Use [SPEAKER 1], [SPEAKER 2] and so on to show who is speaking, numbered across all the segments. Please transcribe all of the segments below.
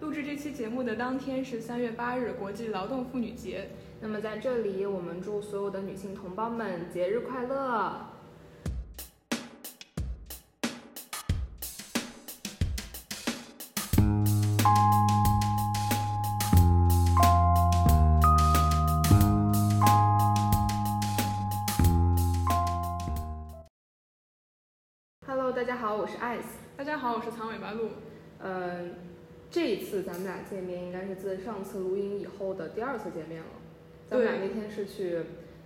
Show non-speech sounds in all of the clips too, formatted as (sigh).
[SPEAKER 1] 录制这期节目的当天是三月八日，国际劳动妇女节。
[SPEAKER 2] 那么在这里，我们祝所有的女性同胞们节日快乐！Hello，大家好，我是 Ice。
[SPEAKER 1] 大家好，我是长尾巴鹿。
[SPEAKER 2] 嗯，这一次咱们俩见面应该是自上次录音以后的第二次见面了。咱们俩那天是去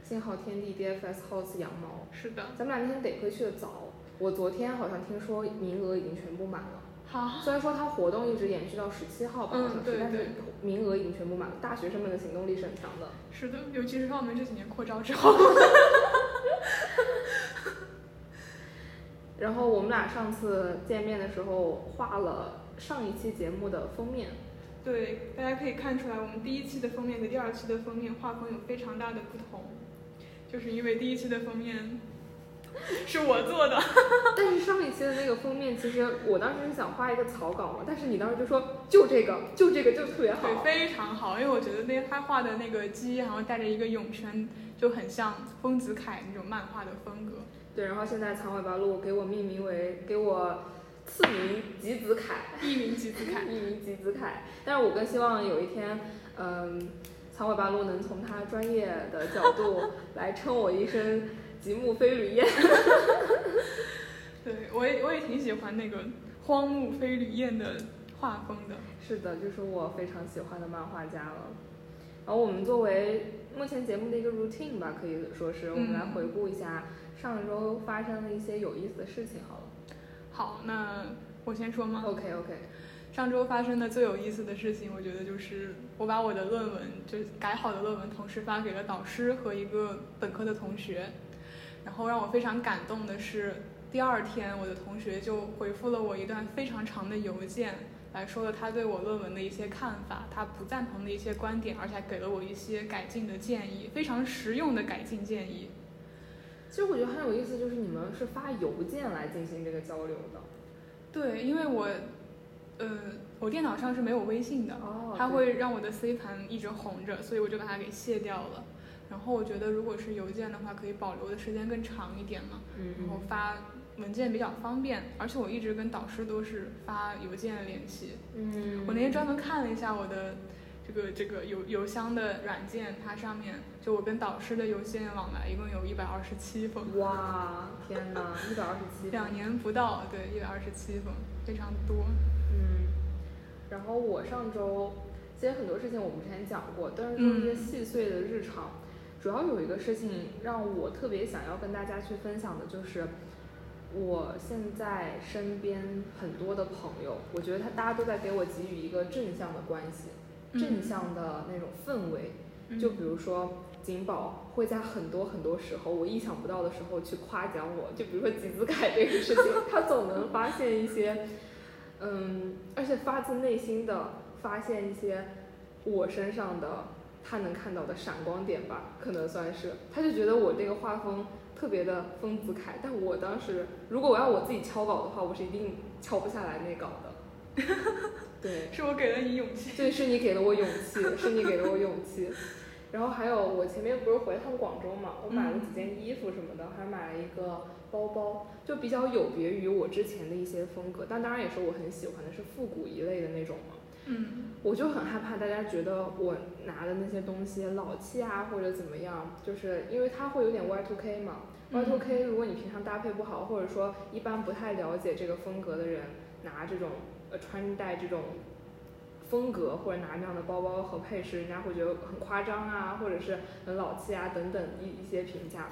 [SPEAKER 2] 信号天地 DFS House 养猫，
[SPEAKER 1] 是的，
[SPEAKER 2] 咱们俩那天得亏去的早。我昨天好像听说名额已经全部满了，
[SPEAKER 1] 好，
[SPEAKER 2] 虽然说它活动一直延续到十七号吧，好
[SPEAKER 1] 嗯
[SPEAKER 2] 像是，
[SPEAKER 1] 对
[SPEAKER 2] 但是
[SPEAKER 1] 对
[SPEAKER 2] 名额已经全部满了。大学生们的行动力是很强的。
[SPEAKER 1] 是的，尤其是澳门这几年扩招之后， (laughs)
[SPEAKER 2] 然后我们俩上次见面的时候画了上一期节目的封面，
[SPEAKER 1] 对，大家可以看出来，我们第一期的封面和第二期的封面画风有非常大的不同，就是因为第一期的封面 (laughs) 是我做的，
[SPEAKER 2] 但是上一期的那个封面，其实我当时是想画一个草稿嘛，但是你当时就说就这个，就这个就特别好。
[SPEAKER 1] 对，非常 (laughs) 好，因为我觉得那他画的那个鸡，然后带着一个泳圈，就很像丰子恺那种漫画的风 (laughs) 格。
[SPEAKER 2] 对然后现在长尾巴鹿给我命名为给我赐名吉子凯，
[SPEAKER 1] 一鸣吉子凯，
[SPEAKER 2] 艺名吉子凯。但是我更希望有一天，嗯，长尾巴鹿能从他专业的角度来称我一声吉木飞吕燕。
[SPEAKER 1] 对我也我也挺喜欢那个荒木飞吕彦的画风的。
[SPEAKER 2] 是的，就是我非常喜欢的漫画家了。然后我们作为目前节目的一个 routine 吧，可以说是我
[SPEAKER 1] 嗯
[SPEAKER 2] 们来回顾一下上周发生的一些有意思的事情好了。
[SPEAKER 1] 好，那我先说吗？
[SPEAKER 2] OK OK，
[SPEAKER 1] 上周发生的最有意思的事情，我觉得就是我把我的论文，就是改好的论文，同时发给了导师和一个本科的同学。然后让我非常感动的是，第二天我的同学就回复了我一段非常长的邮件，来说了他对我论文的一些看法，他不赞同的一些观点，而且还给了我一些改进的建议，非常实用的改进建议。
[SPEAKER 2] 其实我觉得很有意思，就是你们是发邮件来进行这个交流的。
[SPEAKER 1] 对，因为我，呃，我电脑上是没有微信的，
[SPEAKER 2] 哦
[SPEAKER 1] 它会让我的 C 盘一直红着，所以我就把它给卸掉了。然后我觉得，如果是邮件的话，可以保留的时间更长一点嘛，
[SPEAKER 2] 嗯
[SPEAKER 1] 然后发文件比较方便。而且我一直跟导师都是发邮件联系。
[SPEAKER 2] 嗯
[SPEAKER 1] 我那天专门看了一下我的这个这个邮邮箱的软件，它上面就我跟导师的邮件往来一共有一百二十七封，
[SPEAKER 2] 哇，天哪，一百二十七
[SPEAKER 1] 两年不到，对，一百二十七封，非常多。
[SPEAKER 2] 嗯，然后我上周其实很多事情我们之前讲过，但是就是一些细碎的日常。主要有一个事情让我特别想要跟大家去分享的，就是我现在身边很多的朋友，我觉得他大家都在给我给予一个正向的关系，
[SPEAKER 1] 嗯
[SPEAKER 2] 正向的那种氛围。就比如说，景宝会在很多很多时候，我意想不到的时候去夸奖我。就比如说集资凯这个事情，他总能发现一些，嗯，而且发自内心的发现一些我身上的他能看到的闪光点吧，可能算是。他就觉得我这个画风特别的丰子恺，但我当时如果我要我自己敲稿的话，我是一定敲不下来那稿的。 (laughs) 对，
[SPEAKER 1] 是我给了你勇气。
[SPEAKER 2] 对，是你给了我勇气，是你给了我勇气。然后还有，我前面不是回趟广州嘛，我买了几件衣服什么的，还买了一个包包，就比较有别于我之前的一些风格，但当然也是我很喜欢的，是复古一类的那种嘛。
[SPEAKER 1] 嗯
[SPEAKER 2] 我就很害怕大家觉得我拿的那些东西老气啊，或者怎么样，就是因为它会有点 Y2K 嘛。
[SPEAKER 1] 嗯
[SPEAKER 2] Y2K 如果你平常搭配不好，或者说一般不太了解这个风格的人，拿这种呃穿戴这种风格或者拿这样的包包和配饰，人家会觉得很夸张啊，或者是很老气啊等等一一些评价。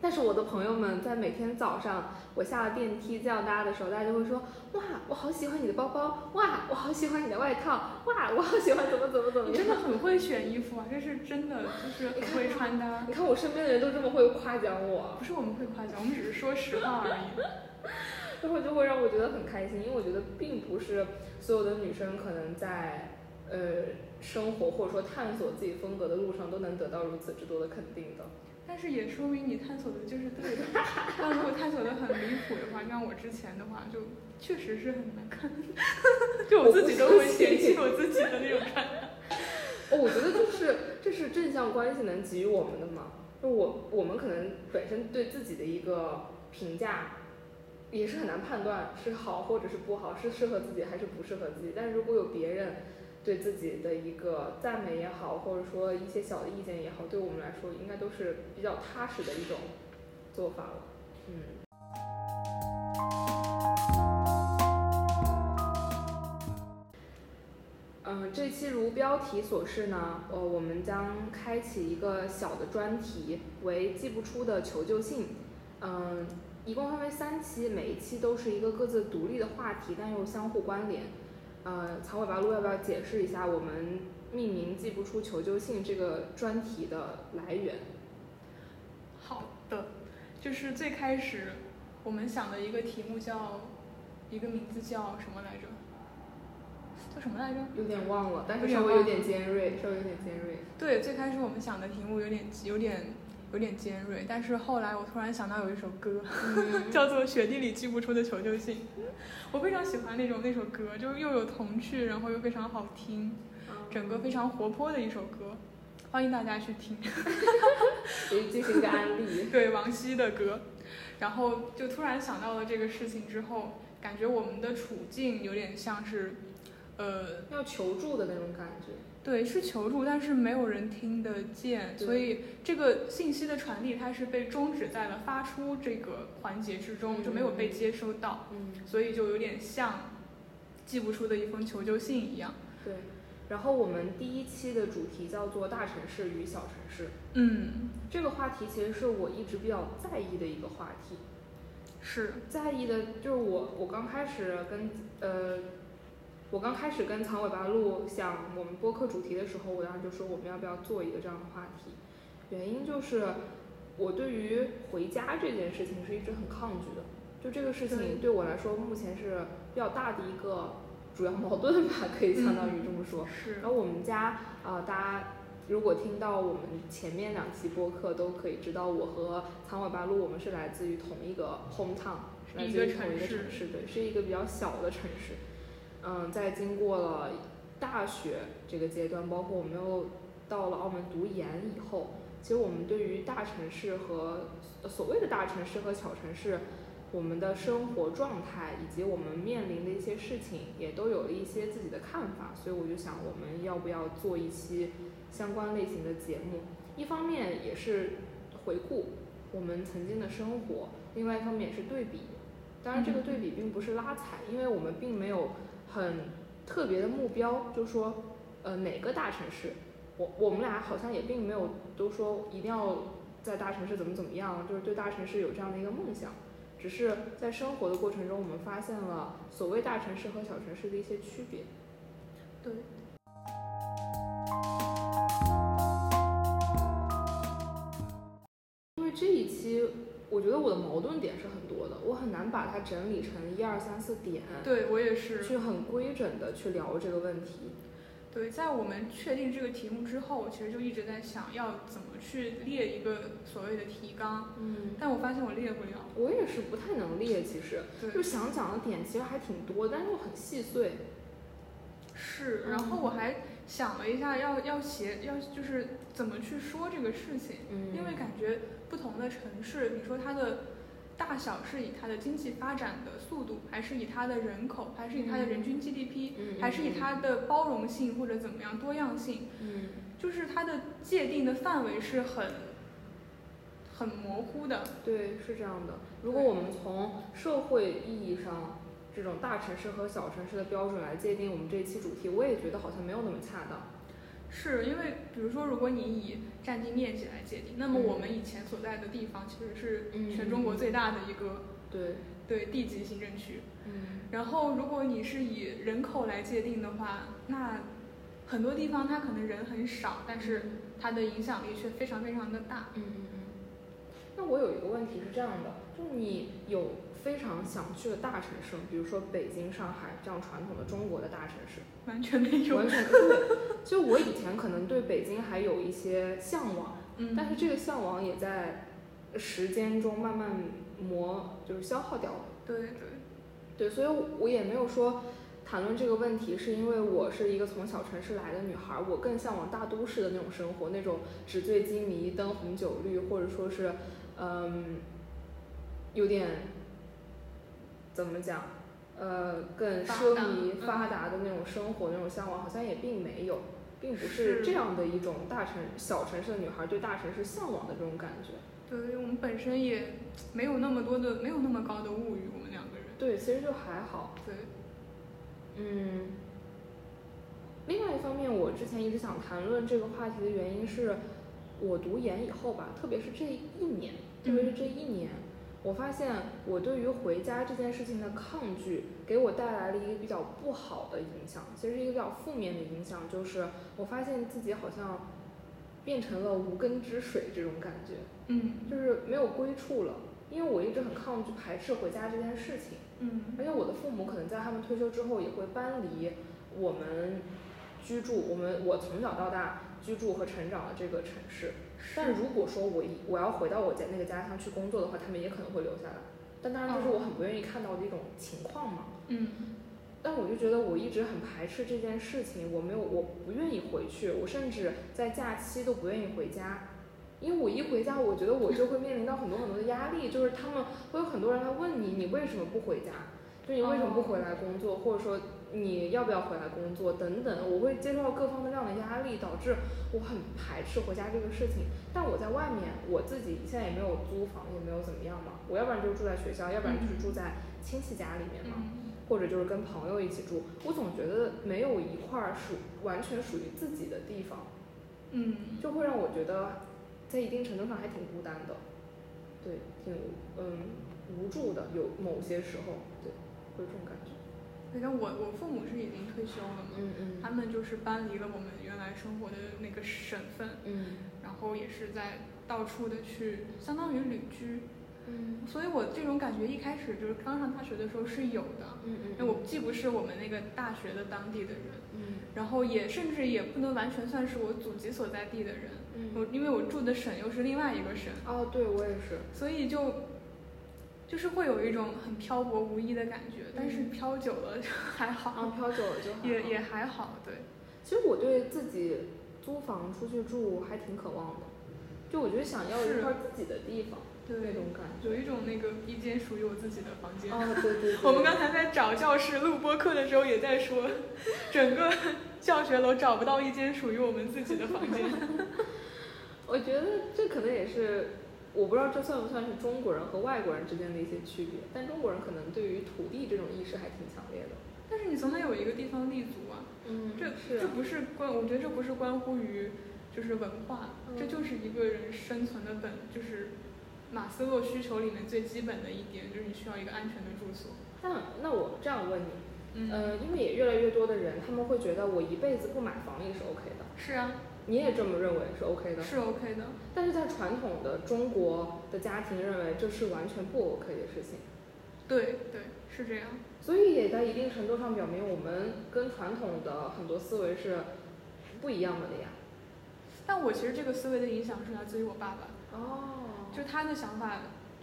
[SPEAKER 2] 但是我的朋友们在每天早上我下了电梯见到大家的时候，大家就会说哇，我好喜欢你的包包，哇，我好喜欢你的外套，哇，我好喜欢怎么怎么怎么
[SPEAKER 1] 你真
[SPEAKER 2] 样。
[SPEAKER 1] 的很会选衣服啊，这是真的，就是很会穿搭。
[SPEAKER 2] (laughs) 你看我身边的人都这么会夸奖我，
[SPEAKER 1] 不是我们会夸奖，我们只是说实话而已。
[SPEAKER 2] 然后就会让我觉得很开心，因为我觉得并不是所有的女生可能在呃生活或者说探索自己风格的路上都能得到如此之多的肯
[SPEAKER 1] (laughs)
[SPEAKER 2] 定的。
[SPEAKER 1] 但是也说明你探索的就是对的。但如果探索的很离谱的话，像我之前的话，就确实是很难看，就我自己都会嫌弃
[SPEAKER 2] 哦正向关系能给予我们的吗？就我我们可能本身对自己的一个评价，也是很难判断是好或者是不好，是适合自己还是不适合自己。但是如果有别人对自己的一个赞美也好，或者说一些小的意见也好，对我们来说应该都是比较踏实的一种做法了。嗯。嗯、呃，这期如标题所示呢，呃，我们将开启一个小的专题，为寄不出的求救信。嗯、呃，一共分为三期，每一期都是一个各自独立的话题，但又相互关联。呃，长尾巴鹿要不要解释一下我们命名“寄不出求救信”这个专题的来源？
[SPEAKER 1] 好的，就是最开始我们想的一个题目叫，一个名字叫什么来着？叫什么来着？
[SPEAKER 2] 有点忘了，但是稍微有点尖锐，稍微有点尖锐。
[SPEAKER 1] 对，最开始我们想的题目有点有点有点尖锐，但是后来我突然想到有一首歌，嗯、 (laughs) 叫做《雪地里寄不出的求救信》，我非常喜欢那种那首歌，就是又有童趣，然后又非常好听，整个非常活泼的一首歌，欢迎大家去听。 (laughs)
[SPEAKER 2] 也进行一个安利。
[SPEAKER 1] 对王晰的歌，然后就突然想到了这个事情之后，感觉我们的处境有点像是。呃，
[SPEAKER 2] 要求助的那种感觉。
[SPEAKER 1] 对，是求助，但是没有人听得见，所以这个信息的传递它是被终止在了发出这个环节之中，
[SPEAKER 2] 嗯、
[SPEAKER 1] 就没有被接收到。
[SPEAKER 2] 嗯，
[SPEAKER 1] 所以就有点像寄不出的一封求救信一样。
[SPEAKER 2] 对。然后我们第一期的主题叫做“大城市与小城市”。
[SPEAKER 1] 嗯，
[SPEAKER 2] 这个话题其实是我一直比较在意的一个话题。
[SPEAKER 1] 是
[SPEAKER 2] 在意的，就是我我刚开始跟呃。我刚开始跟长尾巴鹿想我们播客主题的时候，我当时就说我们要不要做一个这样的话题，原因就是我对于回家这件事情是一直很抗拒的，就这个事情对我来说目前是比较大的一个主要矛盾吧，可以相当于这么说。
[SPEAKER 1] 嗯、是。
[SPEAKER 2] 然后我们家啊、呃，大家如果听到我们前面两期播客，都可以知道我和长尾巴鹿我们是来自于同一个 hometown，来自于同一个城市，对，是一个比较小的城市。嗯，在经过了大学这个阶段，包括我们又到了澳门读研以后，其实我们对于大城市和呃所谓的大城市和小城市，我们的生活状态以及我们面临的一些事情，也都有了一些自己的看法。所以我就想，我们要不要做一期相关类型的节目？一方面也是回顾我们曾经的生活，另外一方面也是对比。当然，这个对比并不是拉踩，因为我们并没有。很特别的目标，就说，呃，哪个大城市？我我们俩好像也并没有都说一定要在大城市怎么怎么样，就是对大城市有这样的一个梦想。只是在生活的过程中，我们发现了所谓大城市和小城市的一些区别。
[SPEAKER 1] 对。
[SPEAKER 2] 因为这一期。我觉得我的矛盾点是很多的，我很难把它整理成一二三四点。
[SPEAKER 1] 对我也是，
[SPEAKER 2] 去很规整的去聊这个问题。
[SPEAKER 1] 对，在我们确定这个题目之后，我其实就一直在想要怎么去列一个所谓的提纲。
[SPEAKER 2] 嗯，
[SPEAKER 1] 但我发现我列不了。
[SPEAKER 2] 我也是不太能列，其实就想讲的点其实还挺多，但又很细碎。嗯
[SPEAKER 1] 是，然后我还想了一下要，要要写，要就是怎么去说这个事情，
[SPEAKER 2] 嗯、
[SPEAKER 1] 因为感觉不同的城市，你说它的大小是以它的经济发展的速度，还是以它的人口，还是以它的人均 GDP，、
[SPEAKER 2] 嗯、
[SPEAKER 1] 还是以它的包容性或者怎么样多样性，
[SPEAKER 2] 嗯，
[SPEAKER 1] 就是它的界定的范围是很。很模糊的，
[SPEAKER 2] 对，是这样的。如果我们从社会意义上这种大城市和小城市的标准来界定我们这一期主题，我也觉得好像没有那么恰当。
[SPEAKER 1] 是因为，比如说，如果你以占地面积来界定，那么
[SPEAKER 2] 嗯
[SPEAKER 1] 我们以前所在的地方其实是嗯全中国最大的一个
[SPEAKER 2] 对、嗯、
[SPEAKER 1] 对地级行政区。
[SPEAKER 2] 嗯。
[SPEAKER 1] 然后，如果你是以人口来界定的话，那很多地方它可能人很少，但是它的影响力却非常非常的大。
[SPEAKER 2] 嗯嗯嗯。那我有一个问题是这样的，就是你有非常想去的大城市，比如说北京、上海这样传统的中国的大城市，
[SPEAKER 1] 完全没 (laughs) 有，
[SPEAKER 2] 完全对。就我以前可能对北京还有一些向往，
[SPEAKER 1] 嗯，
[SPEAKER 2] 但是这个向往也在时间中慢慢磨，就是消耗掉了。
[SPEAKER 1] 对对
[SPEAKER 2] 对，所以我也没有说。谈论这个问题，是因为我是一个从小城市来的女孩，我更向往大都市的那种生活，那种纸醉金迷、灯红酒绿，或者说是，嗯，有点怎么讲，呃，更奢靡
[SPEAKER 1] 发达
[SPEAKER 2] 发达的嗯那种生活，那种向往，好像也并没有，并不
[SPEAKER 1] 是
[SPEAKER 2] 是这样的一种大城小城市的女孩对大城市向往的这种感觉。
[SPEAKER 1] 对，因为我们本身也没有那么多的，没有那么高的物欲，我们两个人。
[SPEAKER 2] 对，其实就还好。
[SPEAKER 1] 对，
[SPEAKER 2] 嗯，另外一方面，我之前一直想谈论这个话题的原因是，我读研以后吧，特别是这一年，特别是这一年，我发现我对于回家这件事情的抗拒，给我带来了一个比较不好的影响，其实一个比较负面的影响，就是我发现自己好像变成了无根之水这种感觉，
[SPEAKER 1] 嗯
[SPEAKER 2] 就是没有归处了，因为我一直很抗拒排斥回家这件事情。
[SPEAKER 1] 嗯
[SPEAKER 2] 而且我的父母可能在他们退休之后也会搬离我们居住，我们我从小到大居住和成长的这个城市。但如果说我一我要回到我家那个家乡去工作的话，他们也可能会留下来。但当然这是我很不愿意看到的一种情况嘛。
[SPEAKER 1] 嗯
[SPEAKER 2] 但我就觉得我一直很排斥这件事情，我没有，我不愿意回去，我甚至在假期都不愿意回家，因为我一回家，我觉得我就会面临到很多很多的压力，就是他们会有很多人来问你，你为什么不回家？就你为什么不回来工作，或者说你要不要回来工作等等，我会接受到各方面这样的压力，导致我很排斥回家这个事情。但我在外面，我自己现在也没有租房，也没有怎么样嘛，我要不然就住在学校，要不然就是住在亲戚家里面嘛。
[SPEAKER 1] 嗯，
[SPEAKER 2] 或者就是跟朋友一起住，我总觉得没有一块儿属完全属于自己的地方，
[SPEAKER 1] 嗯，
[SPEAKER 2] 就会让我觉得在一定程度上还挺孤单的，对，挺嗯无助的，有某些时候，对，会有这种感觉。
[SPEAKER 1] 对但我我父母是已经退休了嘛，
[SPEAKER 2] 嗯嗯
[SPEAKER 1] 他们就是搬离了我们原来生活的那个省份，
[SPEAKER 2] 嗯
[SPEAKER 1] 然后也是在到处的去，相当于旅居。
[SPEAKER 2] 嗯
[SPEAKER 1] 所以我这种感觉一开始就是刚上大学的时候是有的，
[SPEAKER 2] 嗯
[SPEAKER 1] 因为我既不是我们那个大学的当地的人，
[SPEAKER 2] 嗯
[SPEAKER 1] 然后也甚至也不能完全算是我祖籍所在地的人。我
[SPEAKER 2] 嗯
[SPEAKER 1] 因为我住的省又是另外一个省，
[SPEAKER 2] 哦，对我也是，
[SPEAKER 1] 所以就就是会有一种很漂泊无依的感觉。但是漂久了就还好，
[SPEAKER 2] 啊，飘久了就还好
[SPEAKER 1] 也也还好，对。
[SPEAKER 2] 其实我对自己租房出去住还挺渴望的，就我觉得想要一
[SPEAKER 1] 是
[SPEAKER 2] 块儿自己的地方那
[SPEAKER 1] 对，
[SPEAKER 2] 种感觉。
[SPEAKER 1] 有一种那个一间属于我自己的房间。
[SPEAKER 2] 哦，对对对。
[SPEAKER 1] 我们刚才在找教室录播课的时候也在说，整个教学楼找不到一间属于我们自己的房间。
[SPEAKER 2] 我觉得这可能也是，我不知道这算不算是中国人和外国人之间的一些区别，但中国人可能对于土地这种意识还挺强烈的。
[SPEAKER 1] (laughs) 但是你总得有一个地方立足啊，
[SPEAKER 2] 嗯
[SPEAKER 1] 这
[SPEAKER 2] 是
[SPEAKER 1] 这不是关，我觉得这不是关乎于就是文化，
[SPEAKER 2] 嗯
[SPEAKER 1] 这就是一个人生存的本，就是马斯洛需求里面最基本的一点，就是你需要一个安全的住所。
[SPEAKER 2] 那那我这样问你，
[SPEAKER 1] 嗯，
[SPEAKER 2] 呃，因为也越来越多的人，他们会觉得我一辈子不买房也是 OK 的，
[SPEAKER 1] 是啊，
[SPEAKER 2] 你也这么认为是 OK 的，
[SPEAKER 1] 是 OK 的。
[SPEAKER 2] 但是在传统的中国的家庭认为这是完全不 OK 的事情。
[SPEAKER 1] 对对，是这样。
[SPEAKER 2] 所以也在一定程度上表明，我们跟传统的很多思维是不一样的呀。
[SPEAKER 1] 但我其实这个思维的影响是来自于我爸爸，
[SPEAKER 2] 哦
[SPEAKER 1] 就他的想法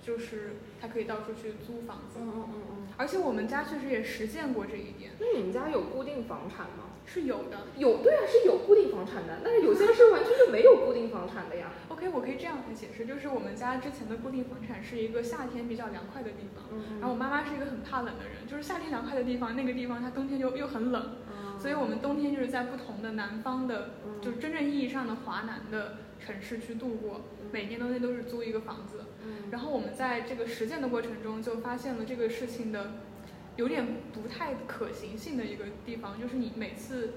[SPEAKER 1] 就是他可以到处去租房子，
[SPEAKER 2] 嗯嗯嗯。
[SPEAKER 1] 而且我们家确实也实践过这一点，
[SPEAKER 2] 那你们家有固定房产吗？
[SPEAKER 1] 是有的。
[SPEAKER 2] 有，对啊，是有固定房产的，但是有些人是完全就没有固定房产的呀。
[SPEAKER 1] OK，我可以这样来解释，就是我们家之前的固定房产是一个夏天比较凉快的地方。
[SPEAKER 2] 嗯
[SPEAKER 1] 然后我妈妈是一个很怕冷的人，就是夏天凉快的地方，那个地方它冬天又又很
[SPEAKER 2] 嗯
[SPEAKER 1] 冷，所以我们冬天就是在不同的南方的，
[SPEAKER 2] 嗯
[SPEAKER 1] 就真正意义上的华南的城市去度过，每年冬天都是租一个房子。
[SPEAKER 2] 嗯
[SPEAKER 1] 然后我们在这个实践的过程中，就发现了这个事情的有点不太可行性的一个地方，就是你每次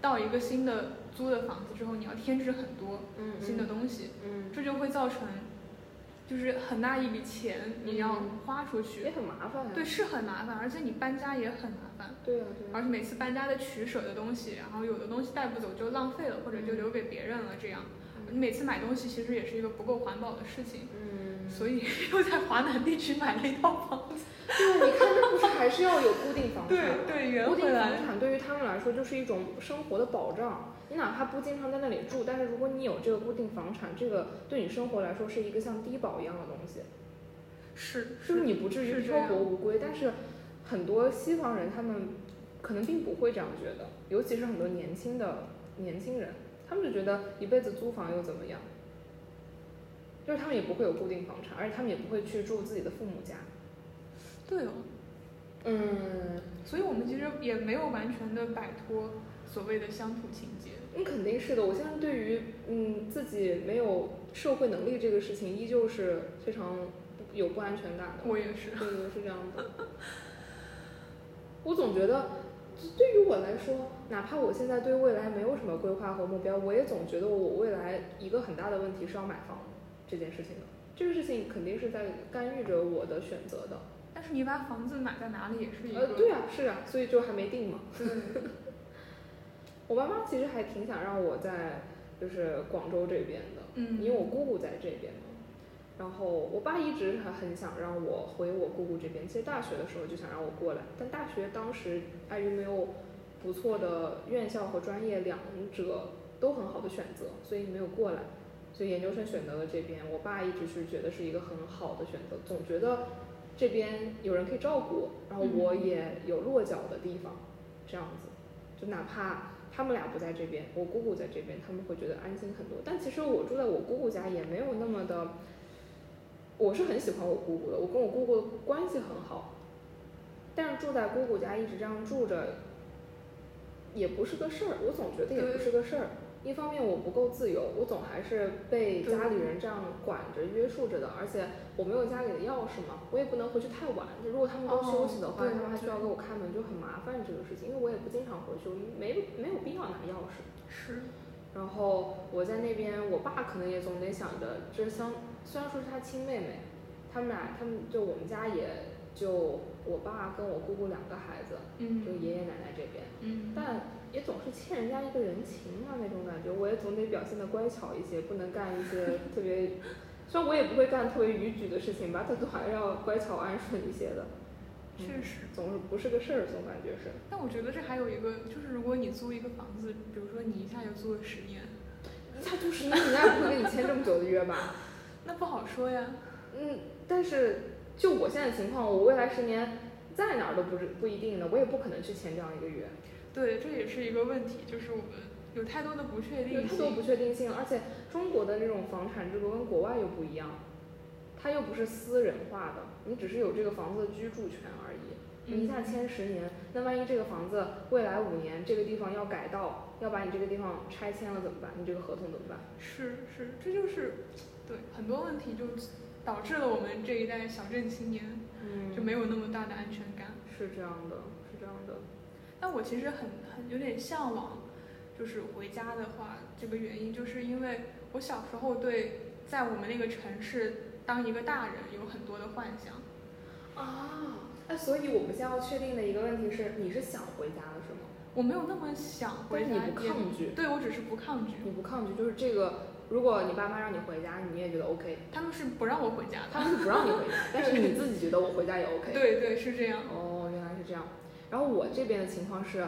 [SPEAKER 1] 到一个新的租的房子之后，你要添置很多
[SPEAKER 2] 嗯
[SPEAKER 1] 新的东西，
[SPEAKER 2] 嗯，
[SPEAKER 1] 这就会造成就是很大一笔钱你要
[SPEAKER 2] 嗯
[SPEAKER 1] 花出去
[SPEAKER 2] 也。很麻烦呀。啊
[SPEAKER 1] 对，是很麻烦，而且你搬家也很麻烦，
[SPEAKER 2] 对啊对啊。
[SPEAKER 1] 而且每次搬家的取舍的东西，然后有的东西带不走就浪费了，或者就留给别人了，这样你每次买东西其实也是一个不够环保的事情，
[SPEAKER 2] 嗯，
[SPEAKER 1] 所以 (laughs) 又在华南地区买了一套
[SPEAKER 2] (laughs)
[SPEAKER 1] 房。
[SPEAKER 2] 对，啊你看，这不是还是要有固定房产吗
[SPEAKER 1] 对？对，圆
[SPEAKER 2] 啊固
[SPEAKER 1] 回
[SPEAKER 2] 定
[SPEAKER 1] 来
[SPEAKER 2] 房。产对于他们来说就是一种生活的保障。你哪怕不经常在那里住，但是如果你有这个固定房产，这个对你生活来说是一个像低保一样的东西。
[SPEAKER 1] 是
[SPEAKER 2] 就是你不至于
[SPEAKER 1] 是这
[SPEAKER 2] 漂
[SPEAKER 1] 样
[SPEAKER 2] 泊无归，但是很多西方人他们可能并不会这样觉得，尤其是很多年轻的年轻人，他们就觉得一辈子租房又怎么样，就是他们也不会有固定房产，而且他们也不会去住自己的父母家。
[SPEAKER 1] 对哦，
[SPEAKER 2] 嗯，
[SPEAKER 1] 所以我们其实也没有完全的摆脱所谓的乡土情节。
[SPEAKER 2] 那嗯肯定是的。我现在对于嗯自己没有社会能力这个事情，依旧是非常有不安全感的。
[SPEAKER 1] 我也是，
[SPEAKER 2] 对对是这样的。我总觉得，就对于我来说，哪怕我现在对未来没有什么规划和目标，我也总觉得我未来一个很大的问题是要买房这件事情的。这个事情肯定是在干预着我的选择的。
[SPEAKER 1] 但是你把房子买在哪里也是一个，
[SPEAKER 2] 呃，对啊，是啊，所以就还没定嘛。
[SPEAKER 1] 对
[SPEAKER 2] (laughs) 我爸妈其实还挺想让我在就是广州这边的，
[SPEAKER 1] 嗯，
[SPEAKER 2] 因为我姑姑在这边嘛。然后我爸一直还很想让我回我姑姑这边，其实大学的时候就想让我过来，但大学当时碍于没有不错的院校和专业两者都很好的选择，所以没有过来。所以研究生选择了这边，我爸一直是觉得是一个很好的选择，总觉得这边有人可以照顾我，然后我也有落脚的地方，这样子，就哪怕他们俩不在这边，我姑姑在这边，他们会觉得安心很多。但其实我住在我姑姑家也没有那么的，我是很喜欢我姑姑的，我跟我姑姑关系很好，但是住在姑姑家一直这样住着，也不是个事儿，我总觉得也不是个事儿。一方面我不够自由，我总还是被家里人这样管着、约束着的，而且我没有家里的钥匙嘛，我也不能回去太晚。就如果他们都休息的话，
[SPEAKER 1] 哦对
[SPEAKER 2] 他们还需要
[SPEAKER 1] 对
[SPEAKER 2] 给我开门，就很麻烦这个事情，因为我也不经常回去，我没没有必要拿钥匙。
[SPEAKER 1] 是，
[SPEAKER 2] 然后我在那边，我爸可能也总得想着，这相虽然说是他亲妹妹，他们俩他们就我们家也就我爸跟我姑姑两个孩子，就
[SPEAKER 1] 嗯
[SPEAKER 2] 爷爷奶奶这边，
[SPEAKER 1] 嗯，
[SPEAKER 2] 但也总是欠人家一个人情啊那种感觉，我也总得表现的乖巧一些，不能干一些 (laughs) 特别，虽然我也不会干特别逾矩的事情吧，但总还是要乖巧安顺一些的，嗯
[SPEAKER 1] 确实。
[SPEAKER 2] 总是不是个事儿，总感觉是。
[SPEAKER 1] 但我觉得这还有一个，就是如果你租一个房子，比如说你一下就租了十年，
[SPEAKER 2] 一下就是那人家也不会跟你签这么久的约吧？
[SPEAKER 1] 那不好说呀。
[SPEAKER 2] (laughs) 嗯，但是就我现在的情况，我未来十年在哪儿都不是不一定的，我也不可能去签这样一个约，
[SPEAKER 1] 对，这也是一个问题，就是我们有太多的不确
[SPEAKER 2] 有
[SPEAKER 1] 定
[SPEAKER 2] 太多
[SPEAKER 1] 性。
[SPEAKER 2] 不确定性了，而且中国的这种房产制度跟国外又不一样，它又不是私人化的，你只是有这个房子的居住权而已。你一
[SPEAKER 1] 嗯
[SPEAKER 2] 下签十年，那万一这个房子未来五年这个地方要改造，要把你这个地方拆迁了怎么办？你这个合同怎么办？
[SPEAKER 1] 是是，这就是对很多问题就导致了我们这一代小镇青年
[SPEAKER 2] 嗯
[SPEAKER 1] 就没有那么大的安全感。
[SPEAKER 2] 是这样的，是这样的。
[SPEAKER 1] 但我其实很很有点向往，就是回家的话，这个原因就是因为我小时候对在我们那个城市当一个大人有很多的幻想。
[SPEAKER 2] 啊，哎，所以我们现在要确定的一个问题是，你是想回家的是吗？
[SPEAKER 1] 我没有那么想回
[SPEAKER 2] 但
[SPEAKER 1] 家，
[SPEAKER 2] 你不
[SPEAKER 1] 啊也
[SPEAKER 2] 抗拒，
[SPEAKER 1] 对我只是不抗拒，
[SPEAKER 2] 你不抗拒，就是这个。如果你爸妈让你回家，你也觉得 OK，
[SPEAKER 1] 他们是不让我回家的。
[SPEAKER 2] 他们是不让你回家，但是你自己觉得我回家也 OK。。
[SPEAKER 1] 对对，是这样。
[SPEAKER 2] 哦，原来是这样。然后我这边的情况是，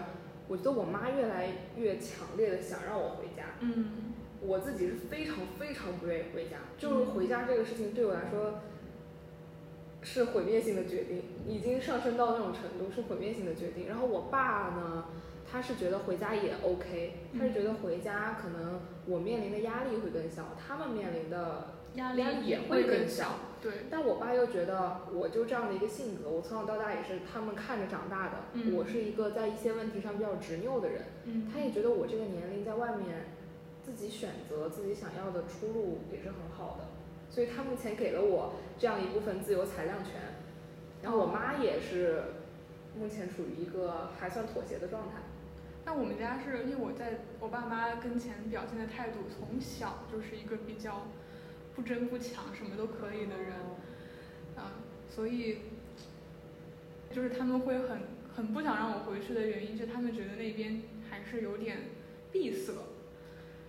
[SPEAKER 2] 我觉得我妈越来越强烈的想让我回家，
[SPEAKER 1] 嗯，
[SPEAKER 2] 我自己是非常非常不愿意回家，就是回家这个事情对我来说是毁灭性的决定，已经上升到那种程度是毁灭性的决定。然后我爸呢，他是觉得回家也 OK，他是觉得回家可能我面临的压力会更小，他们面临的
[SPEAKER 1] 压
[SPEAKER 2] 压
[SPEAKER 1] 力
[SPEAKER 2] 力
[SPEAKER 1] 也
[SPEAKER 2] 也会
[SPEAKER 1] 更
[SPEAKER 2] 更小。
[SPEAKER 1] 对，
[SPEAKER 2] 但我爸又觉得我就这样的一个性格，我从小到大也是他们看着长大的，
[SPEAKER 1] 嗯
[SPEAKER 2] 我是一个在一些问题上比较执拗的人。
[SPEAKER 1] 嗯，
[SPEAKER 2] 他也觉得我这个年龄在外面自己选择自己想要的出路也是很好的，所以他目前给了我这样一部分自由裁量权。然后我妈也是目前处于一个还算妥协的状态。
[SPEAKER 1] 那我们家是因为我在我爸妈跟前表现的态度，从小就是一个比较不争不抢，什么都可以的人啊，所以就是他们会很很不想让我回去的原因是他们觉得那边还是有点闭塞，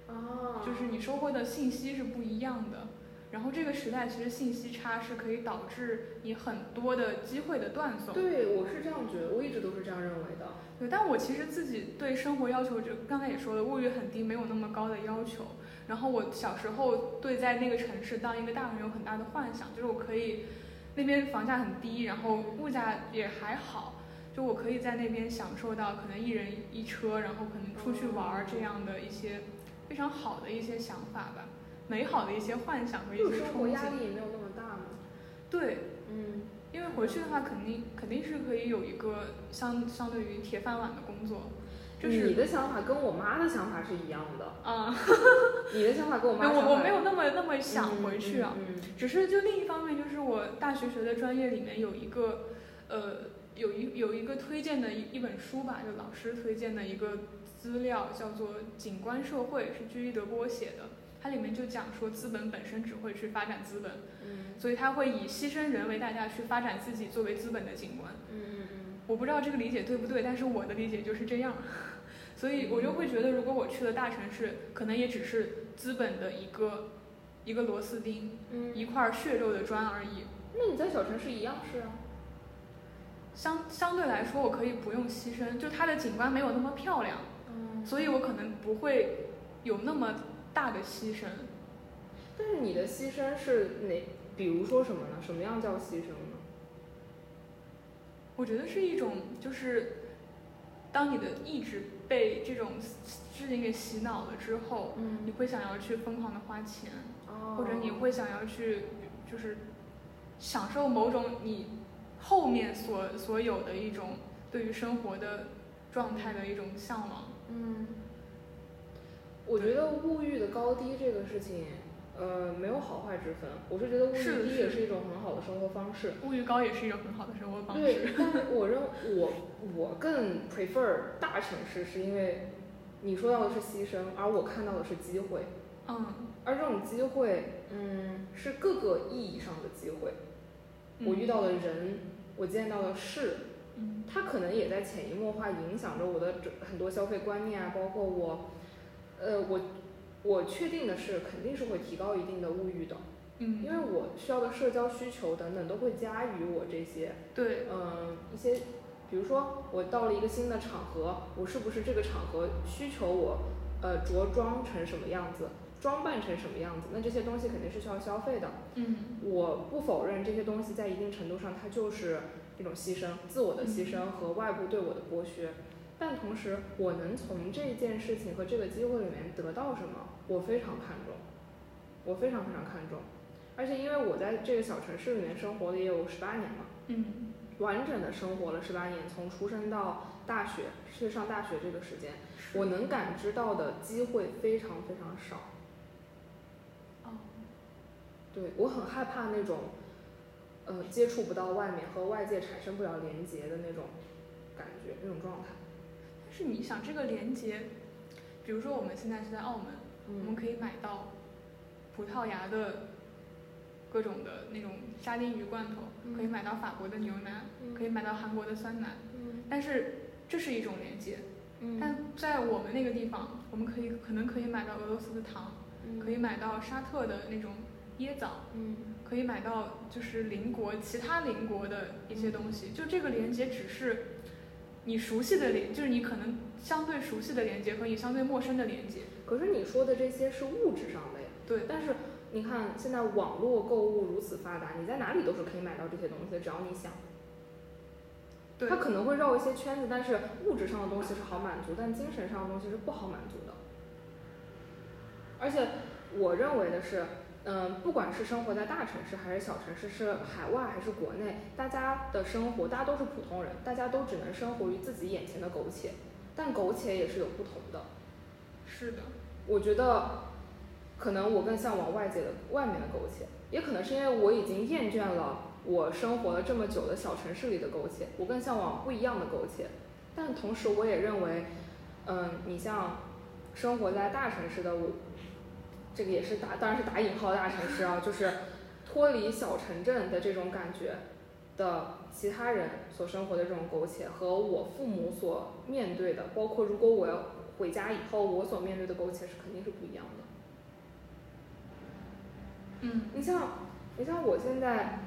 [SPEAKER 2] 啊
[SPEAKER 1] 就是你收获的信息是不一样的。然后这个时代其实信息差是可以导致你很多的机会的断送。
[SPEAKER 2] 对，我是这样觉得，我一直都是这样认为的。
[SPEAKER 1] 对，但我其实自己对生活要求，就刚才也说了，物欲很低，没有那么高的要求。然后我小时候对在那个城市当一个大人有很大的幻想，就是我可以那边房价很低，然后物价也还好，就我可以在那边享受到可能一人一车，然后可能出去玩儿这样的一些非常好的一些想法吧，美好的一些幻想和一
[SPEAKER 2] 就
[SPEAKER 1] 些
[SPEAKER 2] 是生活
[SPEAKER 1] 憧
[SPEAKER 2] 压
[SPEAKER 1] 憬。
[SPEAKER 2] 力也没有那么大嘛。
[SPEAKER 1] 对，
[SPEAKER 2] 嗯，
[SPEAKER 1] 因为回去的话，肯定肯定是可以有一个相相对于铁饭碗的工作，这
[SPEAKER 2] 你
[SPEAKER 1] 是
[SPEAKER 2] 的想法跟我妈的想法是一样的，
[SPEAKER 1] 啊，
[SPEAKER 2] 你的想法跟我
[SPEAKER 1] 我
[SPEAKER 2] 妈的想法
[SPEAKER 1] 我没有那么那么想回去啊，
[SPEAKER 2] 嗯嗯嗯
[SPEAKER 1] 只是就另一方面，就是我大学学的专业里面有一个，呃，有一有一个推荐的一一本书吧，就老师推荐的一个资料，叫做《景观社会》，是居伊德波写的。它里面就讲说，资本本身只会去发展资本，
[SPEAKER 2] 嗯
[SPEAKER 1] 所以它会以牺牲人为代价去发展自己作为资本的景观。
[SPEAKER 2] 嗯嗯嗯
[SPEAKER 1] 我不知道这个理解对不对，但是我的理解就是这样，所以我就会觉得，如果我去了大城市，可能也只是资本的一个一个螺丝钉，
[SPEAKER 2] 嗯
[SPEAKER 1] 一块血肉的砖而已。
[SPEAKER 2] 那你在小城市一样是啊，
[SPEAKER 1] 相相对来说，我可以不用牺牲，就它的景观没有那么漂亮，
[SPEAKER 2] 嗯，
[SPEAKER 1] 所以我可能不会有那么大的牺牲。
[SPEAKER 2] 但是你的牺牲是哪？比如说什么呢？什么样叫牺牲呢？
[SPEAKER 1] 我觉得是一种，就是当你的意志被这种事情给洗脑了之后，你
[SPEAKER 2] 嗯，
[SPEAKER 1] 会想要去疯狂的花钱，
[SPEAKER 2] 哦
[SPEAKER 1] 或者你会想要去就是享受某种你后面所所有的一种对于生活的状态的一种向往。
[SPEAKER 2] 嗯，我觉得物欲的高低这个事情，呃，没有好坏之分。我是觉得物
[SPEAKER 1] 是
[SPEAKER 2] 欲低
[SPEAKER 1] 是
[SPEAKER 2] 也是一种很好的生活方式。
[SPEAKER 1] 物欲高也是一种很好的生活方式。
[SPEAKER 2] 对，但是我认我我更 prefer 大城市，是因为你说到的是牺牲，而我看到的是机会，
[SPEAKER 1] 嗯，
[SPEAKER 2] 而这种机会，嗯，是各个意义上的机会。我遇
[SPEAKER 1] 嗯，
[SPEAKER 2] 到的人，我见到的事，
[SPEAKER 1] 嗯
[SPEAKER 2] 它可能也在潜移默化影响着我的这很多消费观念啊，包括我，呃，我我确定的是肯定是会提高一定的物欲的，
[SPEAKER 1] 嗯，
[SPEAKER 2] 因为我需要的社交需求等等都会加于我这些，
[SPEAKER 1] 对，
[SPEAKER 2] 嗯、一些，比如说我到了一个新的场合，我是不是这个场合需求我，呃，着装成什么样子，装扮成什么样子，那这些东西肯定是需要消费的。
[SPEAKER 1] 嗯
[SPEAKER 2] 我不否认这些东西在一定程度上，它就是一种牺牲，自我的牺牲和外部对我的剥削。但同时，我能从这件事情和这个机会里面得到什么，我非常看重，我非常非常看重。而且因为我在这个小城市里面生活了也有十八年嘛，
[SPEAKER 1] 嗯
[SPEAKER 2] 完整的生活了十八年，从出生到大学去上大学这个时间，
[SPEAKER 1] 是
[SPEAKER 2] 我能感知到的机会非常非常少。
[SPEAKER 1] 哦，
[SPEAKER 2] 对我很害怕那种，呃，接触不到外面和外界产生不了连接的那种感觉，那种状态。
[SPEAKER 1] 但是你想这个连接，比如说我们现在是在澳门，我们
[SPEAKER 2] 嗯
[SPEAKER 1] 可以买到葡萄牙的各种的那种沙丁鱼罐头，
[SPEAKER 2] 嗯
[SPEAKER 1] 可以买到法国的牛腩，可以买到韩国的酸奶，
[SPEAKER 2] 嗯
[SPEAKER 1] 但是这是一种连接。
[SPEAKER 2] 嗯，
[SPEAKER 1] 但在我们那个地方，我们可以可能可以买到俄罗斯的糖，可以买到沙特的那种椰枣。
[SPEAKER 2] 嗯
[SPEAKER 1] 可以买到就是邻国其他邻国的一些东
[SPEAKER 2] 嗯
[SPEAKER 1] 西。就这个连接只是你熟悉的连，就是你可能相对熟悉的连接和你相对陌生的连接。
[SPEAKER 2] 可是你说的这些是物质上的呀，
[SPEAKER 1] 对，
[SPEAKER 2] 但是你看现在网络购物如此发达，你在哪里都是可以买到这些东西的，只要你想。
[SPEAKER 1] 对
[SPEAKER 2] 它，可能会绕一些圈子，但是物质上的东西是好满足，但精神上的东西是不好满足的。而且我认为的是，嗯、不管是生活在大城市还是小城市，是海外还是国内，大家的生活，大家都是普通人，大家都只能生活于自己眼前的苟且，但苟且也是有不同的。
[SPEAKER 1] 是的，
[SPEAKER 2] 我觉得，可能我更向往外界的外面的苟且，也可能是因为我已经厌倦了我生活了这么久的小城市里的苟且，我更向往不一样的苟且。但同时，我也认为，嗯，你像生活在大城市的我，这个也是打，当然是打引号的大城市啊，就是脱离小城镇的这种感觉的其他人所生活的这种苟且，和我父母所面对的，包括如果我要回家以后我所面对的苟且是肯定是不一样的。
[SPEAKER 1] 嗯
[SPEAKER 2] 你像，你像我现在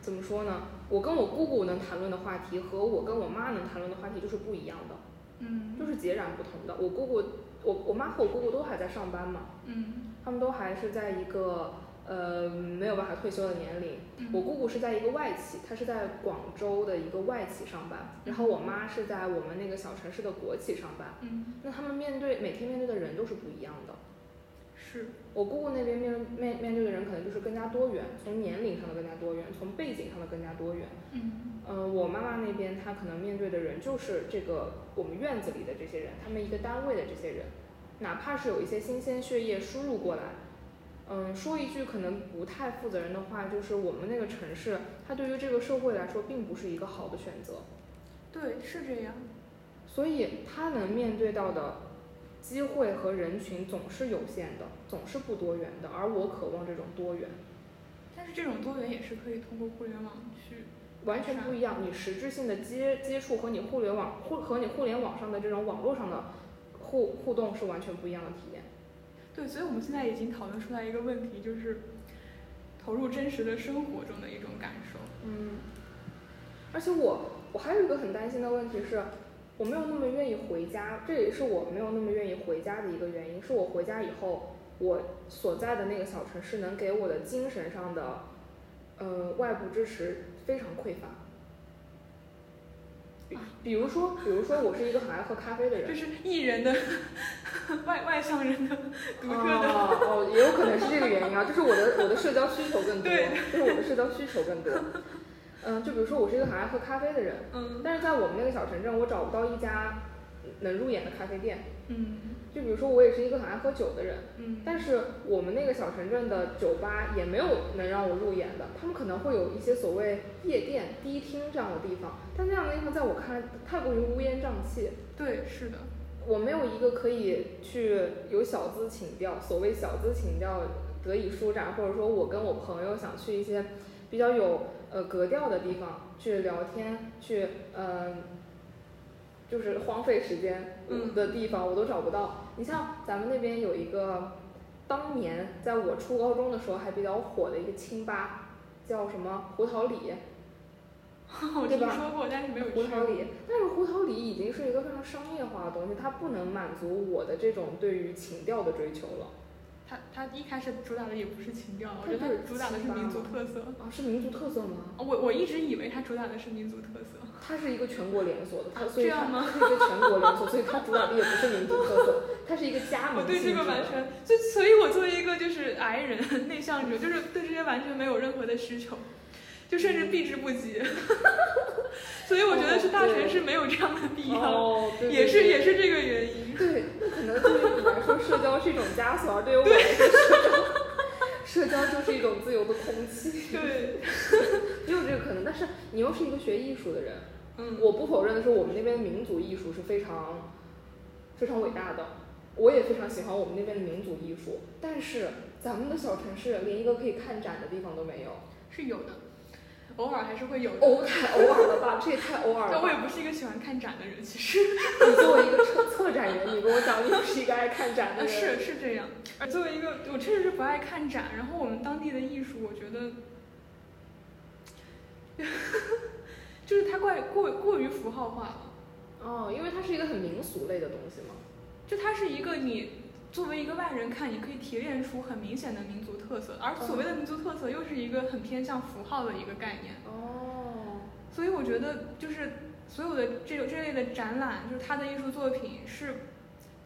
[SPEAKER 2] 怎么说呢？我跟我姑姑能谈论的话题和我跟我妈能谈论的话题就是不一样的，
[SPEAKER 1] 嗯
[SPEAKER 2] 就是截然不同的。我姑姑，我我妈和我姑姑都还在上班嘛，
[SPEAKER 1] 嗯
[SPEAKER 2] 他们都还是在一个呃没有办法退休的年龄。
[SPEAKER 1] 嗯
[SPEAKER 2] 我姑姑是在一个外企，她是在广州的一个外企上班，然后我妈是在我们那个小城市的国企上班。
[SPEAKER 1] 嗯，
[SPEAKER 2] 那他们面对每天面对的人都是不一样的。
[SPEAKER 1] 是，
[SPEAKER 2] 我姑姑那边面面面对的人可能就是更加多元，从年龄上的更加多元，从背景上的更加多元。
[SPEAKER 1] 嗯
[SPEAKER 2] 呃，我妈妈那边她可能面对的人就是这个我们院子里的这些人，他们一个单位的这些人，哪怕是有一些新鲜血液输入过来，嗯，说一句可能不太负责任的话，就是我们那个城市，它对于这个社会来说并不是一个好的选择，
[SPEAKER 1] 对，是这样。
[SPEAKER 2] 所以他能面对到的机会和人群总是有限的，总是不多元的，而我渴望这种多元。
[SPEAKER 1] 但是这种多元也是可以通过互联网去，
[SPEAKER 2] 完全不一样。你实质性的接接触和你互联网互和你互联网上的这种网络上的互互动是完全不一样的体验。
[SPEAKER 1] 对，所以我们现在已经讨论出来一个问题，就是投入真实的生活中的一种感受。
[SPEAKER 2] 嗯，而且我我还有一个很担心的问题是，我没有那么愿意回家，这也是我没有那么愿意回家的一个原因，是我回家以后，我所在的那个小城市能给我的精神上的，呃，外部支持非常匮乏。比比如说，比如说，我是一个很爱喝咖啡的人
[SPEAKER 1] 这，是艺人的 (laughs) 外外向人的独特的，
[SPEAKER 2] (laughs) 哦哦，也有可能是这个原因啊，就是我的我的社交需求更多
[SPEAKER 1] 对，
[SPEAKER 2] (laughs) 就是我的社交需求更多。嗯，就比如说我是一个很爱喝咖啡的人，
[SPEAKER 1] 嗯
[SPEAKER 2] 但是在我们那个小城镇，我找不到一家能入眼的咖啡店。
[SPEAKER 1] 嗯
[SPEAKER 2] 就比如说我也是一个很爱喝酒的人，
[SPEAKER 1] 嗯，
[SPEAKER 2] 但是我们那个小城镇的酒吧也没有能让我入眼的，他们可能会有一些所谓夜店、迪厅这样的地方，但那样的地方在我看来太过于乌烟瘴气，
[SPEAKER 1] 对，是的， (laughs)
[SPEAKER 2] 我没有一个可以去有小资情调，所谓小资情调得以舒展，或者说我跟我朋友想去一些比较有呃格调的地方去聊天，去呃就是荒废时间
[SPEAKER 1] 嗯
[SPEAKER 2] 的地方我都找不到。你像咱们那边有一个当年在我初高中的时候还比较火的一个清吧，叫什么胡桃里，
[SPEAKER 1] 我
[SPEAKER 2] 对
[SPEAKER 1] 听
[SPEAKER 2] 吧
[SPEAKER 1] 说过，但是没有
[SPEAKER 2] 胡
[SPEAKER 1] 去
[SPEAKER 2] 桃
[SPEAKER 1] 过。
[SPEAKER 2] 里，但是胡桃里已经是一个非常商业化的东西，它不能满足我的这种对于情调的追求了。
[SPEAKER 1] 他他一开始主打的也不是情调，我觉得
[SPEAKER 2] 它就是
[SPEAKER 1] 他主打的是
[SPEAKER 2] 清吧
[SPEAKER 1] 民族特色。哦
[SPEAKER 2] 啊，是民族特色吗？
[SPEAKER 1] 我我一直以为它主打的是民族特色，
[SPEAKER 2] 它是一个全国连锁的，它
[SPEAKER 1] 啊
[SPEAKER 2] 所以
[SPEAKER 1] 这样
[SPEAKER 2] 它
[SPEAKER 1] 吗
[SPEAKER 2] 它是一个全国连锁，所以它主打的也不是民族特色，它是一个加
[SPEAKER 1] (laughs) 我
[SPEAKER 2] 盟
[SPEAKER 1] 对
[SPEAKER 2] 性质
[SPEAKER 1] 这个完
[SPEAKER 2] 的。
[SPEAKER 1] 全，就所以，我作为一个就是癌人 (laughs) 内向者，就是对这些完全没有任何的需求，就甚至避之不及。 (laughs) 所以我觉得去大城市没有这样的必要，
[SPEAKER 2] 哦，对
[SPEAKER 1] 也是也
[SPEAKER 2] 是。
[SPEAKER 1] 是这个原因。
[SPEAKER 2] 对，那可能对于你来说，社交是一种枷锁，而对于我来说，社交社交就是一种自由的空气，
[SPEAKER 1] 对，
[SPEAKER 2] 也有这个可能。但是你又是一个学艺术的人，
[SPEAKER 1] 嗯，
[SPEAKER 2] 我不否认的是，我们那边的民族艺术是非常非常伟大的，我也非常喜欢我们那边的民族艺术。但是咱们的小城市连一个可以看展的地方都没有，
[SPEAKER 1] 是有的，偶尔还是会有的。
[SPEAKER 2] 偶太偶尔了吧？这也太偶尔了
[SPEAKER 1] 但我也
[SPEAKER 2] 吧。
[SPEAKER 1] 不是一个喜欢看展的人，其实
[SPEAKER 2] 你作为一个策策展人，你跟我讲你不是一个爱看展的
[SPEAKER 1] 呃
[SPEAKER 2] 人，
[SPEAKER 1] 是是这样。而作为一个，我确实是不爱看展，然后我们当地的艺术，我觉得 (laughs) 就是它怪过过于符号化了。
[SPEAKER 2] 哦，因为它是一个很民俗类的东西嘛。
[SPEAKER 1] 就它是一个你作为一个外人看，你可以提炼出很明显的民族特色，而所谓的民族特色又是一个很偏向符号的一个概念，
[SPEAKER 2] 哦，
[SPEAKER 1] 所以我觉得就是所有的这这类的展览，就是他的艺术作品是。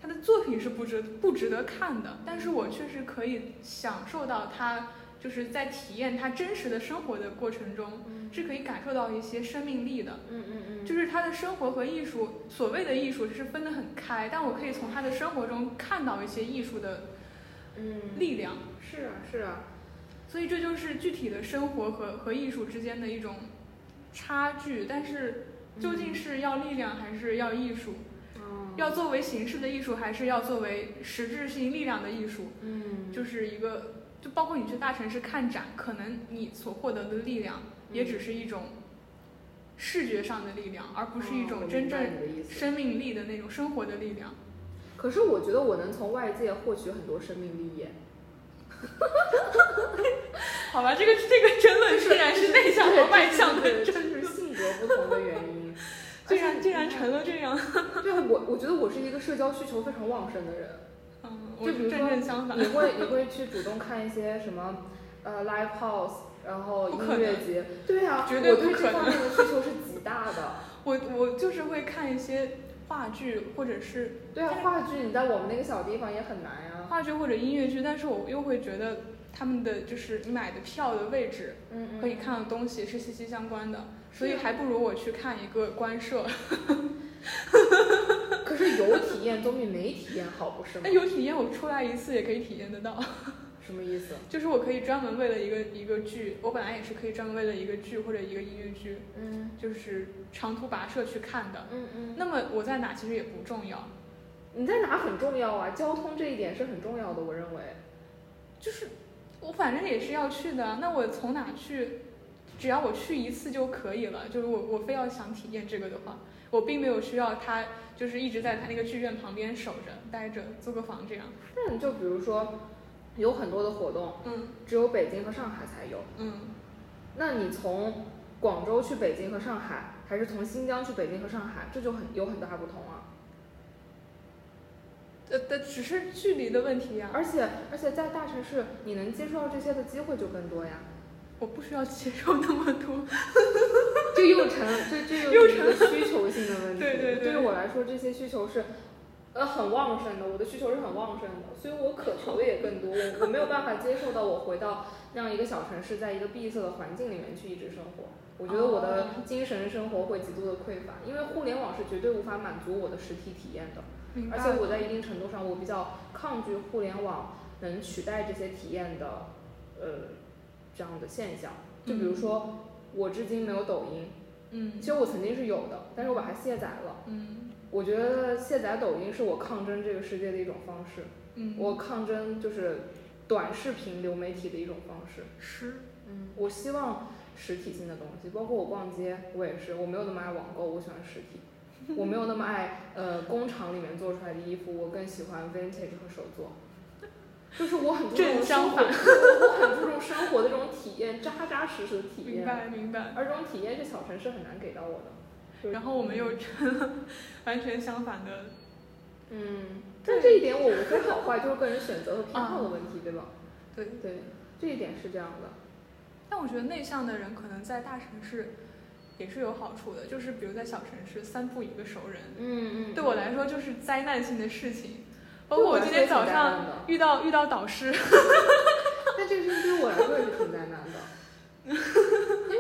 [SPEAKER 1] 他的作品是不值不值得看的，但是我确实可以享受到他，就是在体验他真实的生活的过程中，
[SPEAKER 2] 嗯
[SPEAKER 1] 是可以感受到一些生命力的。
[SPEAKER 2] 嗯嗯嗯，
[SPEAKER 1] 就是他的生活和艺术，所谓的艺术是分得很开，但我可以从他的生活中看到一些艺术的
[SPEAKER 2] 嗯，
[SPEAKER 1] 力量，
[SPEAKER 2] 是啊是啊，
[SPEAKER 1] 所以这就是具体的生活和和艺术之间的一种差距。但是究竟是要力量还是要艺术？
[SPEAKER 2] 哦
[SPEAKER 1] 要作为形式的艺术，还是要作为实质性力量的艺术？
[SPEAKER 2] 嗯
[SPEAKER 1] 就是一个，就包括你去大城市看展，可能你所获得的力量
[SPEAKER 2] 嗯
[SPEAKER 1] 也只是一种视觉上的力量，而不是一
[SPEAKER 2] 哦我
[SPEAKER 1] 种
[SPEAKER 2] 明
[SPEAKER 1] 真
[SPEAKER 2] 白
[SPEAKER 1] 正
[SPEAKER 2] 你的意思
[SPEAKER 1] 生命力的那种生活的力量。
[SPEAKER 2] 可是我觉得我能从外界获取很多生命力耶。
[SPEAKER 1] 好吧，这个这个争论虽然是内向和外向的
[SPEAKER 2] (laughs) 对，这
[SPEAKER 1] 争
[SPEAKER 2] 是
[SPEAKER 1] 论，
[SPEAKER 2] 性格不同的原因。
[SPEAKER 1] (laughs) 竟然竟然成了这样，
[SPEAKER 2] 对我，我觉得我是一个社交需求非
[SPEAKER 1] (laughs)
[SPEAKER 2] 常旺盛的人。
[SPEAKER 1] 嗯，我
[SPEAKER 2] 就比如
[SPEAKER 1] 正
[SPEAKER 2] 说
[SPEAKER 1] 正相反
[SPEAKER 2] 你，会你会去主动看一些什么呃 live house，然后
[SPEAKER 1] 不可
[SPEAKER 2] 音乐
[SPEAKER 1] 能
[SPEAKER 2] 节，对呀、
[SPEAKER 1] 绝对
[SPEAKER 2] 我对
[SPEAKER 1] 不可
[SPEAKER 2] 这方面的需求是极
[SPEAKER 1] (laughs)
[SPEAKER 2] 大的。
[SPEAKER 1] 我我就是会看一些话剧或者是
[SPEAKER 2] 对啊
[SPEAKER 1] 但，是
[SPEAKER 2] 话剧你在我们那个小地方也很难啊呀、
[SPEAKER 1] 话剧或者音乐剧，但是我又会觉得他们的就是你买的票的位置
[SPEAKER 2] 嗯嗯，
[SPEAKER 1] 和你看的东西是息息相关的，所以
[SPEAKER 2] 是
[SPEAKER 1] 还不如我去看一个官摄，
[SPEAKER 2] 可是有体验总比没体验好，不是吗
[SPEAKER 1] 那？有体验我出来一次也可以体验得到。
[SPEAKER 2] 什么意思？
[SPEAKER 1] 就是我可以专门为了一个一个剧，我本来也是可以专门为了一个剧或者一个音乐剧，
[SPEAKER 2] 嗯
[SPEAKER 1] 就是长途跋涉去看的。
[SPEAKER 2] 嗯嗯，
[SPEAKER 1] 那么我在哪其实也不重要，
[SPEAKER 2] 你在哪很重要啊？交通这一点是很重要的，我认为。
[SPEAKER 1] 就是我反正也是要去的，那我从哪去，只要我去一次就可以了。就是我我非要想体验这个的话，我并没有需要他就是一直在他那个剧院旁边守着待着租个房这样。
[SPEAKER 2] 那你就比如说，有很多的活动，
[SPEAKER 1] 嗯
[SPEAKER 2] 只有北京和上海才有。
[SPEAKER 1] 嗯，
[SPEAKER 2] 那你从广州去北京和上海，还是从新疆去北京和上海，这就很有很大不同啊。
[SPEAKER 1] 呃，但只是距离的问题啊呀、
[SPEAKER 2] 而且而且在大城市，你能接触到这些的机会就更多呀。
[SPEAKER 1] 我不需要接受那么多。
[SPEAKER 2] 这又成这
[SPEAKER 1] 又
[SPEAKER 2] 这又是一个需求性的问题。
[SPEAKER 1] 对对对
[SPEAKER 2] 于我来说，这些需求是。呃，很旺盛的，我的需求是很旺盛的，所以我渴求的也更多。我我没有办法接受到我回到那样一个小城市，在一个闭塞的环境里面去一直生活。我觉得我的
[SPEAKER 1] 哦
[SPEAKER 2] 精神生活会极度的匮乏，因为互联网是绝对无法满足我的实体体验的。
[SPEAKER 1] 明白
[SPEAKER 2] 而且我在一定程度上，我比较抗拒互联网能取代这些体验的，呃，这样的现象。就比如说，我至今没有抖音，
[SPEAKER 1] 嗯
[SPEAKER 2] 其实我曾经是有的，但是我把它卸载了。
[SPEAKER 1] 嗯
[SPEAKER 2] 我觉得卸载抖音是我抗争这个世界的一种方式，
[SPEAKER 1] 嗯，
[SPEAKER 2] 我抗争就是短视频流媒体的一种方式。
[SPEAKER 1] 是
[SPEAKER 2] 嗯，我希望实体性的东西，包括我逛街，我也是，我没有那么爱网购，我喜欢实体。我没有那么爱呃工厂里面做出来的衣服，我更喜欢 vintage 和手作。就是我很注重
[SPEAKER 1] 正
[SPEAKER 2] 生
[SPEAKER 1] 相
[SPEAKER 2] 活，
[SPEAKER 1] 反
[SPEAKER 2] 我很注重生活的这种体验，扎扎实实的体验。
[SPEAKER 1] 明白明白。
[SPEAKER 2] 而这种体验是小城市很难给到我的。
[SPEAKER 1] 然后我们又完全相反的，
[SPEAKER 2] 嗯，但这一点我无非好坏就是个人选择和偏好的问题，对吧？
[SPEAKER 1] 对。
[SPEAKER 2] 对，这一点是这样的。
[SPEAKER 1] 但我觉得内向的人可能在大城市也是有好处的，就是比如在小城市三步一个熟人，
[SPEAKER 2] 嗯嗯
[SPEAKER 1] 对我来说就是灾难性的事情。包括我今天早上
[SPEAKER 2] 上，
[SPEAKER 1] 遇到遇到导师， (laughs)
[SPEAKER 2] 但这个事情对我来说也是挺灾难
[SPEAKER 1] (laughs)
[SPEAKER 2] 的。因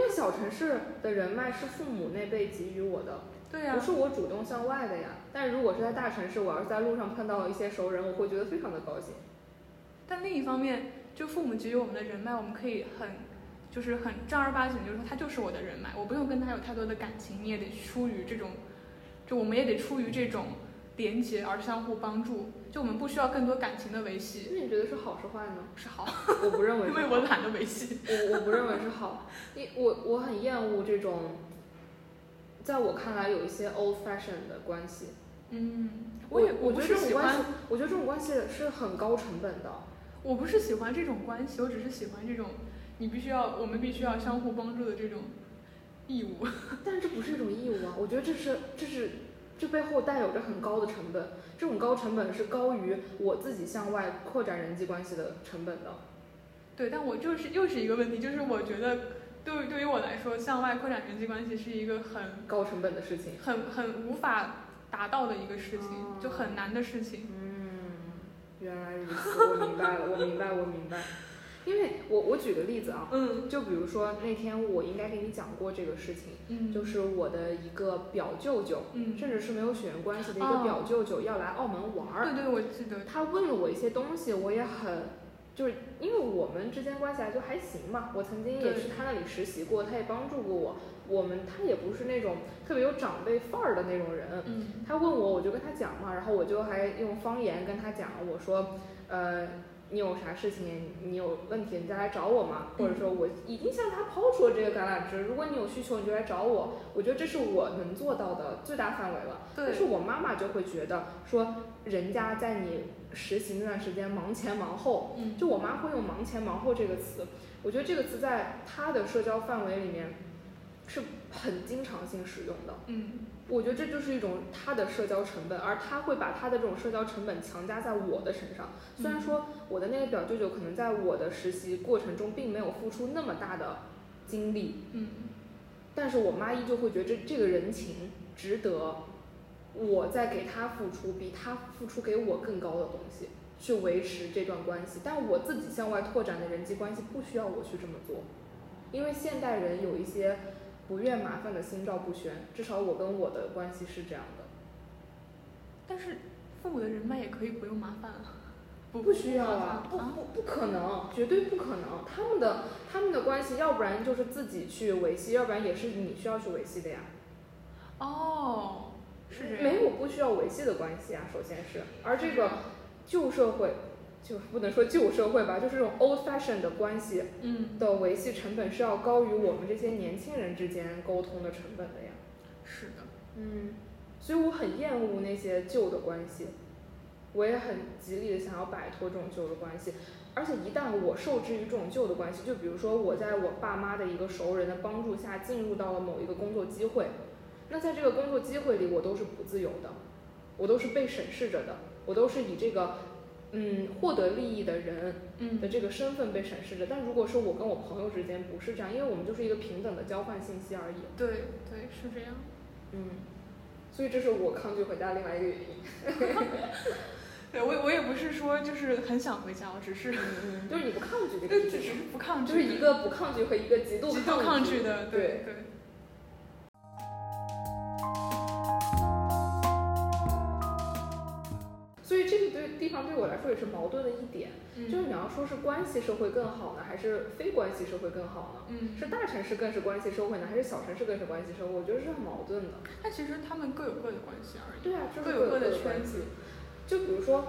[SPEAKER 2] 为小城市的人脉是父母那辈给予我的，
[SPEAKER 1] 对啊呀、
[SPEAKER 2] 不是我主动向外的呀。但如果是在大城市，我要是在路上碰到一些熟人，我会觉得非常的高兴。
[SPEAKER 1] 但另一方面，就父母给予我们的人脉，我们可以很。就是很正儿八经，就是说他就是我的人脉，我不用跟他有太多的感情，你也得出于这种，就我们也得出于这种连结而相互帮助，就我们不需要更多感情的维系， (laughs)
[SPEAKER 2] 那你觉得是好是坏呢？
[SPEAKER 1] 是好， (laughs)
[SPEAKER 2] 我不认为
[SPEAKER 1] 因
[SPEAKER 2] 是
[SPEAKER 1] 为我懒得维系。
[SPEAKER 2] 我我不认为是好，因我我很厌恶这种，在我看来有一些 old fashion 的关系。
[SPEAKER 1] 嗯，我也
[SPEAKER 2] 我
[SPEAKER 1] 不
[SPEAKER 2] 觉得这
[SPEAKER 1] 是
[SPEAKER 2] 种
[SPEAKER 1] 喜
[SPEAKER 2] 关系
[SPEAKER 1] 欢，，
[SPEAKER 2] 我觉得这种关系是很高成本的。
[SPEAKER 1] 我不是喜欢这种关系，我只是喜欢这种你必须要，我们必须要相互帮助的这种义务。 (laughs)
[SPEAKER 2] 但这不是一种义务啊，我觉得这是这是这背后带有着很高的成本，这种高成本是高于我自己向外扩展人际关系的成本的。
[SPEAKER 1] 对，但我就是又是一个问题，就是我觉得对于对于我来说，向外扩展人际关系是一个很
[SPEAKER 2] 高成本的事情。
[SPEAKER 1] 很很无法达到的一个事情
[SPEAKER 2] 哦，
[SPEAKER 1] 就很难的事情。
[SPEAKER 2] 嗯，原来如此，我明白了，我明白，我明白。因为我我举个例子啊，
[SPEAKER 1] 嗯
[SPEAKER 2] 就比如说那天我应该给你讲过这个事情，
[SPEAKER 1] 嗯，
[SPEAKER 2] 就是我的一个表舅舅，
[SPEAKER 1] 嗯，
[SPEAKER 2] 甚至是没有血缘关系的一
[SPEAKER 1] 哦
[SPEAKER 2] 个表舅舅要来澳门玩儿，
[SPEAKER 1] 对对，我记得，
[SPEAKER 2] 他问了我一些东西，我也很，就是因为我们之间关系还就还行嘛。我曾经也
[SPEAKER 1] 对
[SPEAKER 2] 去他那里实习过，他也帮助过我。我们他也不是那种特别有长辈范儿的那种人。
[SPEAKER 1] 嗯
[SPEAKER 2] 他问我，我就跟他讲嘛，然后我就还用方言跟他讲，我说，呃，你有啥事情，你有问题，你再来找我嘛，或者说我已经向他抛出了这个橄榄枝，如果你有需求，你就来找我。我觉得这是我能做到的最大范围了。但
[SPEAKER 1] 对
[SPEAKER 2] 是，我妈妈就会觉得说，人家在你实习那段时间忙前忙后，
[SPEAKER 1] 嗯
[SPEAKER 2] 就我妈会用忙前忙后这个词，我觉得这个词在她的社交范围里面是很经常性使用的。
[SPEAKER 1] 嗯
[SPEAKER 2] 我觉得这就是一种他的社交成本，而他会把他的这种社交成本强加在我的身上。虽然说我的那个表舅舅可能在我的实习过程中并没有付出那么大的精力，
[SPEAKER 1] 嗯
[SPEAKER 2] 但是我妈依旧会觉得这这个人情值得我在给他付出比他付出给我更高的东西去维持这段关系，但我自己向外拓展的人际关系不需要我去这么做，因为现代人有一些不愿麻烦的心照不宣，至少我跟我的关系是这样的，
[SPEAKER 1] 但是父母的人脉也可以不用麻烦啊，不
[SPEAKER 2] 不需
[SPEAKER 1] (laughs)
[SPEAKER 2] 要
[SPEAKER 1] 啊
[SPEAKER 2] 啊，，不不不可能，绝对不可能，他们的他们的关系，要不然就是自己去维系，要不然也是你需要去维系的呀，
[SPEAKER 1] 哦，是这样，
[SPEAKER 2] 没有不需要维系的关系啊，首先是，而这个旧社会，就不能说旧社会吧，就是这种 old fashioned 的关系
[SPEAKER 1] 嗯
[SPEAKER 2] 的维系成本是要高于我们这些年轻人之间沟通的成本的呀。
[SPEAKER 1] 是的，
[SPEAKER 2] 嗯，所以我很厌恶那些旧的关系，我也很极力的想要摆脱这种旧的关系。而且一旦我受制于这种旧的关系，就比如说我在我爸妈的一个熟人的帮助下进入到了某一个工作机会，那在这个工作机会里，我都是不自由的，我都是被审视着的，我都是以这个嗯获得利益的人的
[SPEAKER 1] 嗯
[SPEAKER 2] 这个身份被审视着。但如果说我跟我朋友之间不是这样，因为我们就是一个平等的交换信息而已。
[SPEAKER 1] 对对是这样。
[SPEAKER 2] 嗯，所以这是我抗拒回家另外一个原因，
[SPEAKER 1] 对我也我也不是说就是很想回家，我只是
[SPEAKER 2] 就是你不抗拒这
[SPEAKER 1] 只
[SPEAKER 2] 个
[SPEAKER 1] (laughs) 嗯
[SPEAKER 2] 事
[SPEAKER 1] 只是
[SPEAKER 2] 情，
[SPEAKER 1] 不抗拒，
[SPEAKER 2] 嗯就是一个不抗拒和一个极
[SPEAKER 1] 极
[SPEAKER 2] 度
[SPEAKER 1] 度抗拒的，
[SPEAKER 2] 对
[SPEAKER 1] 对。
[SPEAKER 2] 所以这个对地方对我来说也是矛盾的一点，
[SPEAKER 1] 嗯
[SPEAKER 2] 就是你要说是关系社会更好呢，还是非关系社会更好呢？
[SPEAKER 1] 嗯，
[SPEAKER 2] 是大城市更是关系社会呢，还是小城市更是关系社会？我觉得是很矛盾的。
[SPEAKER 1] 但其实他们各有各的关系而已。
[SPEAKER 2] 对啊，就是
[SPEAKER 1] 各有
[SPEAKER 2] 有
[SPEAKER 1] 各的
[SPEAKER 2] 的
[SPEAKER 1] 圈
[SPEAKER 2] 关系。就比如说，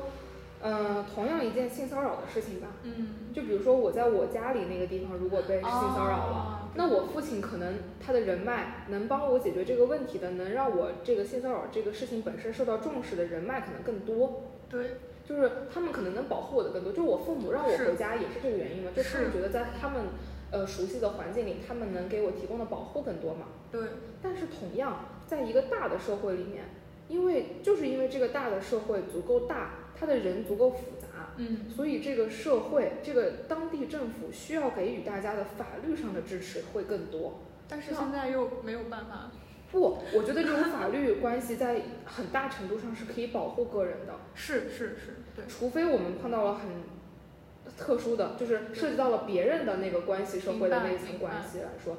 [SPEAKER 2] 呃，同样一件性骚扰的事情吧，
[SPEAKER 1] 嗯，
[SPEAKER 2] 就比如说我在我家里那个地方，如果被性骚扰
[SPEAKER 1] 哦
[SPEAKER 2] 了。那我父亲可能他的人脉能帮我解决这个问题的，能让我这个性骚扰这个事情本身受到重视的人脉可能更多，
[SPEAKER 1] 对，
[SPEAKER 2] 就是他们可能能保护我的更多。就是我父母让我
[SPEAKER 1] 是
[SPEAKER 2] 回家也是这个原因嘛，就是他们
[SPEAKER 1] 是
[SPEAKER 2] 觉得在他们呃熟悉的环境里，他们能给我提供的保护更多嘛。
[SPEAKER 1] 对，
[SPEAKER 2] 但是同样，在一个大的社会里面，因为就是因为这个大的社会足够大，它的人足够复杂，
[SPEAKER 1] 嗯，
[SPEAKER 2] 所以这个社会这个当地政府需要给予大家的法律上的支持会更多。
[SPEAKER 1] 但是现在又没有办法。
[SPEAKER 2] 不，我觉得这种法律关系在很大程度上是可以保护个人的，
[SPEAKER 1] 是是是，对，
[SPEAKER 2] 除非我们碰到了很特殊的，就是涉及到了别人的那个关系社会的那一层关系来说，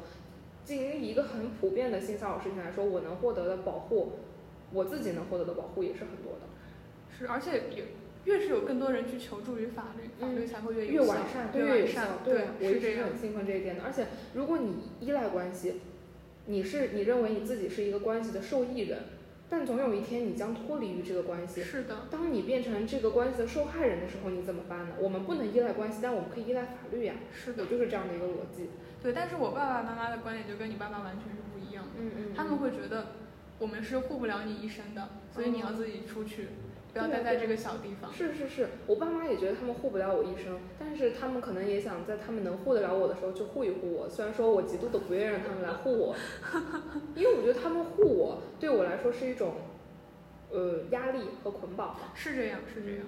[SPEAKER 2] 基于一个很普遍的性骚扰事情来说，我能获得的保护，我自己能获得的保护也是很多的，
[SPEAKER 1] 是，而且也越是有更多人去求助于法律，法律才会越
[SPEAKER 2] 嗯越
[SPEAKER 1] 有效
[SPEAKER 2] 完善对
[SPEAKER 1] 越
[SPEAKER 2] 越有
[SPEAKER 1] 完
[SPEAKER 2] 效
[SPEAKER 1] 善。，
[SPEAKER 2] 对啊，我一
[SPEAKER 1] 是
[SPEAKER 2] 直
[SPEAKER 1] 这
[SPEAKER 2] 是
[SPEAKER 1] 样
[SPEAKER 2] 很。兴奋这一点的。而且如果你依赖关系，你是你认为你自己是一个关系的受益人，但总有一天你将脱离于这个关系。
[SPEAKER 1] 是的，
[SPEAKER 2] 当你变成这个关系的受害人的时候，你怎么办呢？我们不能依赖关系，但我们可以依赖法律呀、
[SPEAKER 1] 是的
[SPEAKER 2] 也，就是这样的一个逻辑。
[SPEAKER 1] 对。但是我爸爸妈妈的观点就跟你爸爸完全是不一样的。
[SPEAKER 2] 嗯嗯
[SPEAKER 1] 他们会觉得我们是护不了你一生的，所以你要自己出去，不要待在这个小地方。
[SPEAKER 2] 是是是，我爸妈也觉得他们护不了我一生，但是他们可能也想在他们能护得了我的时候去护一护我。虽然说我极度的不愿意让他们来护
[SPEAKER 1] (laughs)
[SPEAKER 2] 我，因为我觉得他们护我对我来说是一种，呃，压力和捆绑吧。
[SPEAKER 1] 是这样，是这样。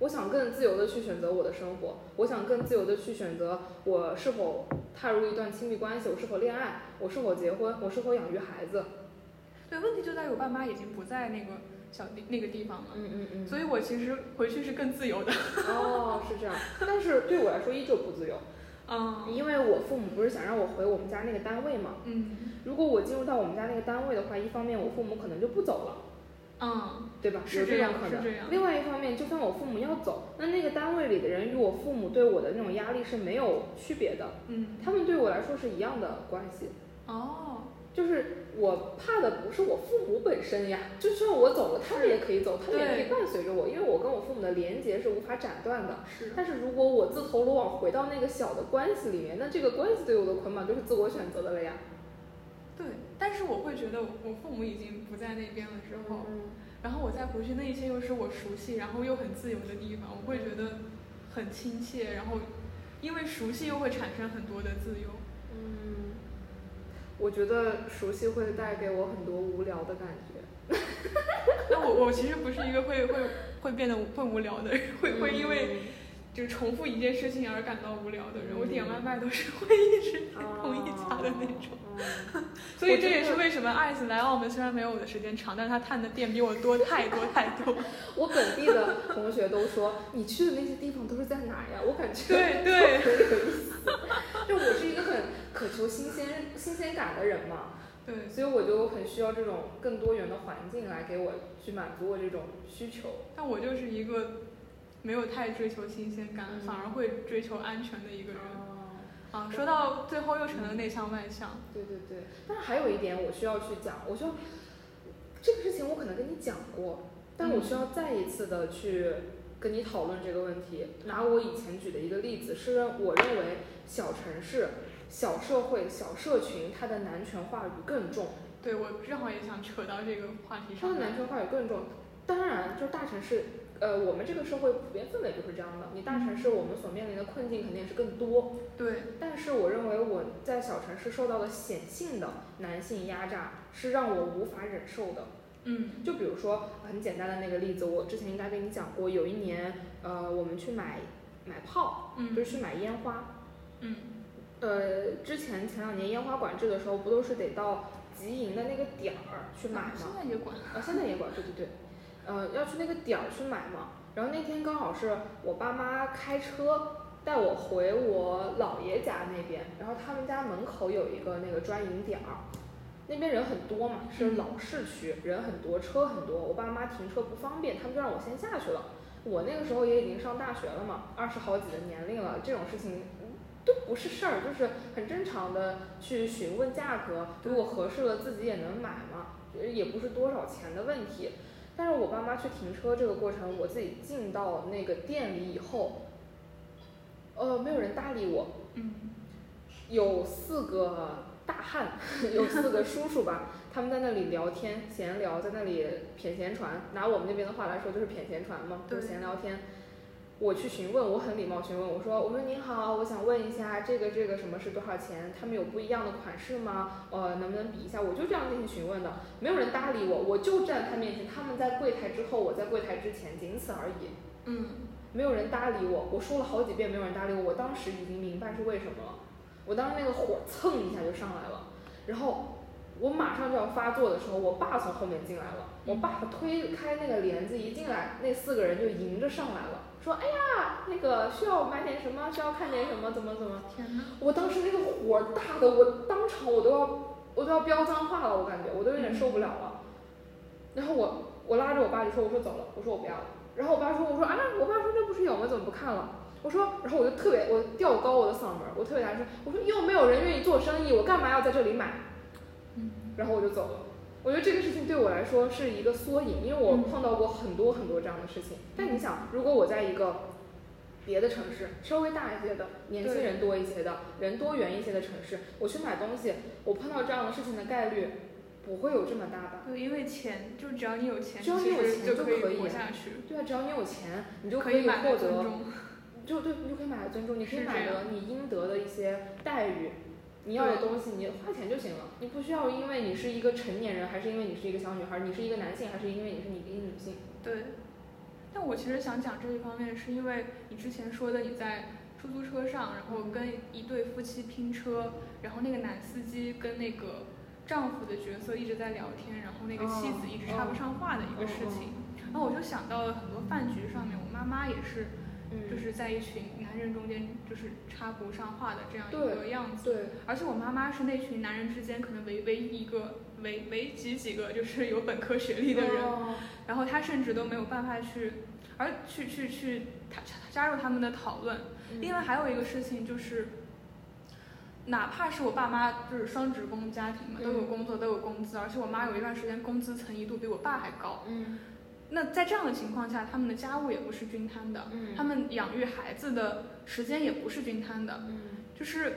[SPEAKER 2] 我想更自由的去选择我的生活，我想更自由的去选择我是否踏入一段亲密关系，我是否恋爱，我是否结婚，我是否养育孩子。
[SPEAKER 1] 对，问题就在于我爸妈已经不在那个小地那个地方了，
[SPEAKER 2] 嗯嗯嗯
[SPEAKER 1] 所以我其实回去是更自由的。
[SPEAKER 2] 哦，是这样，但是对我来说依旧不自由，
[SPEAKER 1] 嗯
[SPEAKER 2] 因为我父母不是想让我回我们家那个单位嘛。
[SPEAKER 1] 嗯
[SPEAKER 2] 如果我进入到我们家那个单位的话，一方面我父母可能就不走了。
[SPEAKER 1] 嗯，
[SPEAKER 2] 对吧？
[SPEAKER 1] 是
[SPEAKER 2] 哦有
[SPEAKER 1] 这样
[SPEAKER 2] 种可
[SPEAKER 1] 是这样
[SPEAKER 2] 能。另外一方面，就算我父母要走，那那个单位里的人与我父母对我的那种压力是没有区别的，
[SPEAKER 1] 嗯，
[SPEAKER 2] 他们对我来说是一样的关系。
[SPEAKER 1] 哦，
[SPEAKER 2] 就是我怕的不是我父母本身呀，就算我走了，他们也可以走，他们也可以伴随着我，因为我跟我父母的连接是无法斩断的。
[SPEAKER 1] 是
[SPEAKER 2] 但是如果我自投罗网回到那个小的关系里面，那这个关系对我的捆绑就是自我选择的了呀。
[SPEAKER 1] 对。但是我会觉得我父母已经不在那边了之后，然后我再回去，那一切又是我熟悉，然后又很自由的地方，我会觉得很亲切，然后因为熟悉又会产生很多的自由。
[SPEAKER 2] 嗯，我觉得熟悉会带给我很多无聊的感觉。
[SPEAKER 1] 那我我其实不是一个会会会变得会无聊的人， (laughs) 会会因为
[SPEAKER 2] 嗯
[SPEAKER 1] 就是重复一件事情而感到无聊的人。我点
[SPEAKER 2] 嗯
[SPEAKER 1] 外卖都是会一直点 (laughs) 同一家的那种。
[SPEAKER 2] 哦
[SPEAKER 1] 所以这也是为什么艾斯来澳门虽然没有我的时间长，但是他探的店比我
[SPEAKER 2] (laughs)
[SPEAKER 1] 多太多太多。
[SPEAKER 2] 我本地的同学都说，你去的那些地方都是在哪呀？我感觉
[SPEAKER 1] 对对
[SPEAKER 2] 很有意思。 (laughs) 就我是一个很渴求新鲜新鲜感的人嘛，
[SPEAKER 1] 对，
[SPEAKER 2] 所以我就很需要这种更多元的环境来给我去满足我这种需求。
[SPEAKER 1] 但我就是一个没有太追求新鲜感，
[SPEAKER 2] 嗯
[SPEAKER 1] 反而会追求安全的一个人
[SPEAKER 2] 哦
[SPEAKER 1] 啊。说到最后又成了内向外向，
[SPEAKER 2] 对对对，但是还有一点我需要去讲，我需要这个事情我可能跟你讲过，但我需要再一次的去跟你讨论这个问题。拿我以前举的一个例子，是认我认为小城市、小社会、小社群，它的男权话语更重，
[SPEAKER 1] 对我正好也想扯到这个话题
[SPEAKER 2] 它
[SPEAKER 1] 上
[SPEAKER 2] 的男
[SPEAKER 1] 来。
[SPEAKER 2] 权话语更重。当然，就是大城市，呃，我们这个社会普遍氛围就是这样的。你大城市，我们所面临的困境肯定也是更多。
[SPEAKER 1] 对，
[SPEAKER 2] 但是我认为我在小城市受到的显性的男性压榨是让我无法忍受的。
[SPEAKER 1] 嗯
[SPEAKER 2] 就比如说很简单的那个例子，我之前应该跟你讲过，有一年，呃，我们去买买炮，就
[SPEAKER 1] 嗯
[SPEAKER 2] 是去买烟花。
[SPEAKER 1] 嗯，
[SPEAKER 2] 呃，之前前两年烟花管制的时候，不都是得到集营的那个点儿去买吗
[SPEAKER 1] 嗯现？在也管。
[SPEAKER 2] 啊，现在也管，对对对，呃，要去那个点儿去买嘛。然后那天刚好是我爸妈开车带我回我姥爷家那边，然后他们家门口有一个那个专营点儿，那边人很多嘛，是老市区，人很多，车很多，我爸妈停车不方便，他们就让我先下去了。我那个时候也已经上大学了嘛，二十好几的年龄了，这种事情都不是事儿，就是很正常的去询问价格，如果合适了自己也能买嘛，呃也不是多少钱的问题。但是我爸妈去停车这个过程，我自己进到那个店里以后，呃，没有人搭理我，
[SPEAKER 1] 嗯
[SPEAKER 2] 有四个大汉， (laughs) 有四个叔叔吧，他们在那里聊天闲聊，在那里谝闲传，拿我们那边的话来说就是谝闲传嘛，就是
[SPEAKER 1] 对
[SPEAKER 2] 闲聊天。我去询问，我很礼貌询问，我说我说您好，我想问一下这个这个什么是多少钱？他们有不一样的款式吗？呃，能不能比一下？我就这样进行询问的，没有人搭理我，我就站他面前，他们在柜台之后，我在柜台之前，仅此而已。
[SPEAKER 1] 嗯，
[SPEAKER 2] 没有人搭理我，我说了好几遍没有人搭理我，我当时已经明白是为什么了，我当时那个火蹭一下就上来了，然后我马上就要发作的时候，我爸从后面进来了，我爸推开那个帘子一进来，那四个人就迎着上来了，说哎呀那个需要买点什么，需要看点什么，怎么怎么，
[SPEAKER 1] 天哪，
[SPEAKER 2] 我当时那个火大的，我当场我都要我都要飙脏话了，我感觉我都有点受不了了。然后我我拉着我爸就说，我说走了，我说我不要了。然后我爸说，我说啊，我爸说这不是有吗？怎么不看了？我说，然后我就特别我调高我的嗓门，我特别大声，我说又没有人愿意做生意，我干嘛要在这里买？
[SPEAKER 1] 嗯
[SPEAKER 2] 然后我就走了。我觉得这个事情对我来说是一个缩影，因为我
[SPEAKER 1] 嗯
[SPEAKER 2] 碰到过很多很多这样的事情。但你想，如果我在一个别的城市，稍微大一些的，年轻
[SPEAKER 1] 对
[SPEAKER 2] 人多一些的，人多元一些的城市，我去买东西，我碰到这样的事情的概率不会有这么大吧？
[SPEAKER 1] 对，因为钱就只要你有钱，
[SPEAKER 2] 只要你
[SPEAKER 1] 其
[SPEAKER 2] 有
[SPEAKER 1] 实
[SPEAKER 2] 钱
[SPEAKER 1] 就
[SPEAKER 2] 就
[SPEAKER 1] 可以
[SPEAKER 2] 可以
[SPEAKER 1] 活
[SPEAKER 2] 啊
[SPEAKER 1] 下去，
[SPEAKER 2] 对啊，只要你有钱，你就
[SPEAKER 1] 可
[SPEAKER 2] 以
[SPEAKER 1] 买
[SPEAKER 2] 获
[SPEAKER 1] 到尊
[SPEAKER 2] 得，
[SPEAKER 1] 重。
[SPEAKER 2] 就对，你就可以买来尊重，你可以
[SPEAKER 1] 是这
[SPEAKER 2] 买
[SPEAKER 1] 样
[SPEAKER 2] 得你应得的一些待遇。你要的
[SPEAKER 1] 对
[SPEAKER 2] 东西，你花钱就行了，你不需要因为你是一个成年人，还是因为你是一个小女孩，你是一个男性，还是因为你是一个女性。
[SPEAKER 1] 对，但我其实想讲这一方面，是因为你之前说的你在出租车上，然后跟一对夫妻拼车，然后那个男司机跟那个丈夫的角色一直在聊天，然后那个妻子
[SPEAKER 2] 嗯
[SPEAKER 1] 一直插不上话的一个事情。然后我就想到了很多饭局上面，我妈妈也是，
[SPEAKER 2] 嗯
[SPEAKER 1] 就是在一群男人中间就是插不上话的这样一个
[SPEAKER 2] 对
[SPEAKER 1] 样子。
[SPEAKER 2] 对，
[SPEAKER 1] 而且我妈妈是那群男人之间可能唯唯一一个唯唯几几个就是有本科学历的人，
[SPEAKER 2] 哦
[SPEAKER 1] 然后他甚至都没有办法去，而去去去他加入他们的讨论。
[SPEAKER 2] 嗯
[SPEAKER 1] 另外还有一个事情就是，哪怕是我爸妈就是双职工家庭嘛，都有
[SPEAKER 2] 嗯
[SPEAKER 1] 工作都有工资，而且我妈有一段时间工资曾一度比我爸还高。
[SPEAKER 2] 嗯
[SPEAKER 1] 那在这样的情况下，他们的家务也不是均摊的，
[SPEAKER 2] 嗯
[SPEAKER 1] 他们养育孩子的时间也不是均摊的，
[SPEAKER 2] 嗯
[SPEAKER 1] 就是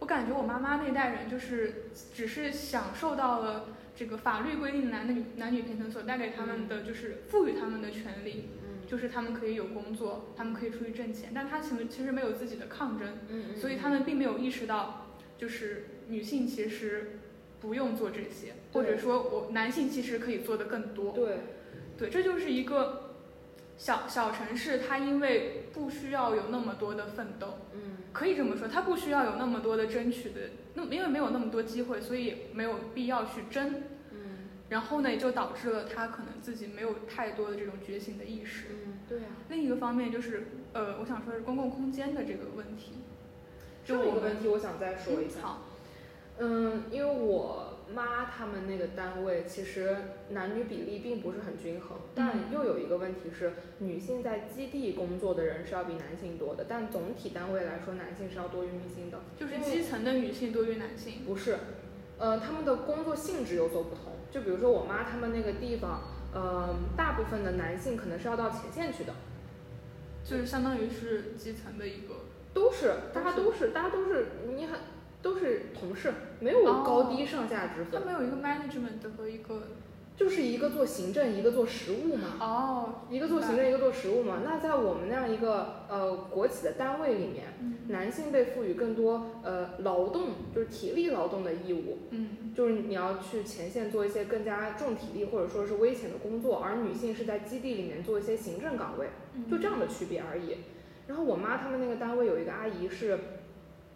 [SPEAKER 1] 我感觉我妈妈那代人就是只是享受到了这个法律规定男女男女平等所带给他们的就是赋予他们的权利，
[SPEAKER 2] 嗯
[SPEAKER 1] 就是他们可以有工作，他们可以出去挣钱，但他其实其实没有自己的抗争，
[SPEAKER 2] 嗯
[SPEAKER 1] 所以他们并没有意识到就是女性其实不用做这些，或者说我男性其实可以做的更多。
[SPEAKER 2] 对，
[SPEAKER 1] 对，这就是一个小小城市，它因为不需要有那么多的奋斗，
[SPEAKER 2] 嗯，
[SPEAKER 1] 可以这么说，它不需要有那么多的争取的，那因为没有那么多机会，所以没有必要去争。
[SPEAKER 2] 嗯，
[SPEAKER 1] 然后呢，也就导致了他可能自己没有太多的这种觉醒的意识。
[SPEAKER 2] 嗯，对啊。
[SPEAKER 1] 另一个方面就是，呃，我想说的是公共空间的这个问题。就
[SPEAKER 2] 上一
[SPEAKER 1] 我
[SPEAKER 2] 个
[SPEAKER 1] 们
[SPEAKER 2] 问题，我想再说一
[SPEAKER 1] 嗯
[SPEAKER 2] 下。
[SPEAKER 1] 好，
[SPEAKER 2] 嗯，因为我妈他们那个单位其实男女比例并不是很均衡，但又有一个问题是，女性在基地工作的人是要比男性多的，但总体单位来说，男性是要多于女性的。
[SPEAKER 1] 就是
[SPEAKER 2] 因为
[SPEAKER 1] 基层的女性多于男性。
[SPEAKER 2] 不是，呃，他们的工作性质有所不同。就比如说我妈他们那个地方，呃，大部分的男性可能是要到前线去的，
[SPEAKER 1] 就是相当于是基层的一个，
[SPEAKER 2] 都是大家
[SPEAKER 1] 都
[SPEAKER 2] 都是大家都是你很都是同事，没有
[SPEAKER 1] 哦
[SPEAKER 2] 高低上下之
[SPEAKER 1] 他
[SPEAKER 2] 分，
[SPEAKER 1] 们有一个 management 和一个
[SPEAKER 2] 就是一个做行政，一个做实务嘛。
[SPEAKER 1] 哦，
[SPEAKER 2] 一个做行政，一个做实务嘛。那在我们那样一个呃国企的单位里面，
[SPEAKER 1] 嗯
[SPEAKER 2] 男性被赋予更多呃劳动，就是体力劳动的义务，
[SPEAKER 1] 嗯
[SPEAKER 2] 就是你要去前线做一些更加重体力或者说是危险的工作，而女性是在基地里面做一些行政岗位，
[SPEAKER 1] 嗯
[SPEAKER 2] 就这样的区别而已。然后我妈他们那个单位有一个阿姨是，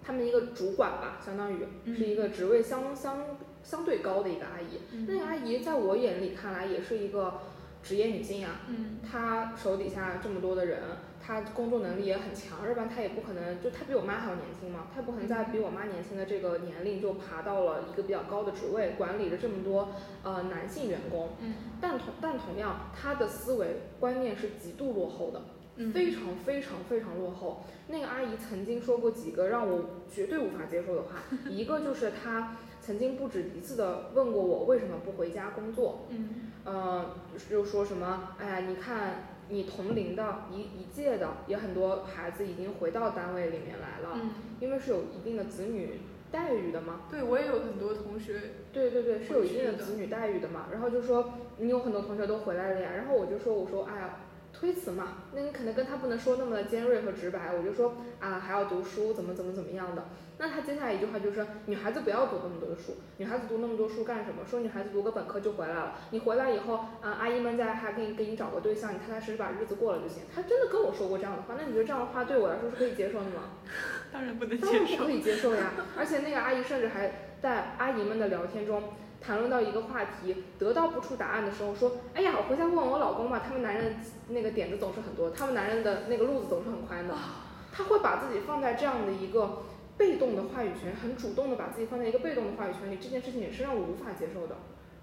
[SPEAKER 2] 他们一个主管吧，相当于
[SPEAKER 1] 嗯
[SPEAKER 2] 是一个职位相相相对高的一个阿姨。
[SPEAKER 1] 嗯
[SPEAKER 2] 那个阿姨在我眼里看来也是一个职业女性呀、
[SPEAKER 1] 嗯
[SPEAKER 2] 他手底下这么多的人，他工作能力也很强，要不然他也不可能就他比我妈还要年轻嘛，他也不可能在比我妈年轻的这个年龄就爬到了一个比较高的职位，管理着这么多呃男性员工。
[SPEAKER 1] 嗯
[SPEAKER 2] 但同但同样，他的思维观念是极度落后的，
[SPEAKER 1] 嗯，
[SPEAKER 2] 非常非常非常落后。那个阿姨曾经说过几个让我绝对无法接受的话，一个就是她曾经不止一次的问过我为什么不回家工作，
[SPEAKER 1] 嗯
[SPEAKER 2] 呃，就说什么，哎呀，你看你同龄的一一届的也很多孩子已经回到单位里面来了，
[SPEAKER 1] 嗯，
[SPEAKER 2] 因为是有一定的子女待遇的嘛。
[SPEAKER 1] 对我也有很多同学，
[SPEAKER 2] 对对对，是有一定的
[SPEAKER 1] 回去的
[SPEAKER 2] 子女待遇的嘛。然后就说你有很多同学都回来了呀，然后我就说我说哎呀。推辞嘛，那你可能跟他不能说那么的尖锐和直白，我就说啊还要读书，怎么怎么怎么样的。那他接下来一句话就是女孩子不要读那么多的书，女孩子读那么多书干什么？说女孩子读个本科就回来了，你回来以后，啊、阿姨们家还给你给你找个对象，你踏踏实实把日子过了就行。他真的跟我说过这样的话，那你觉得这样的话对我来说是可以接受的吗？
[SPEAKER 1] (laughs) 当然不
[SPEAKER 2] (laughs)
[SPEAKER 1] 能
[SPEAKER 2] 当然
[SPEAKER 1] 接
[SPEAKER 2] 不
[SPEAKER 1] 受
[SPEAKER 2] 可。以接受呀！而且那个阿姨甚至还在阿姨们的聊天中谈论到一个话题，得到不出答案的时候说：“哎呀，我回家问我老公吧，他们男人那个点子总是很多，他们男人的那个路子总是很宽的。”
[SPEAKER 1] 啊
[SPEAKER 2] 他会把自己放在这样的一个被动的话语权，很主动的把自己放在一个被动的话语权里，这件事情也是让我无法接受的。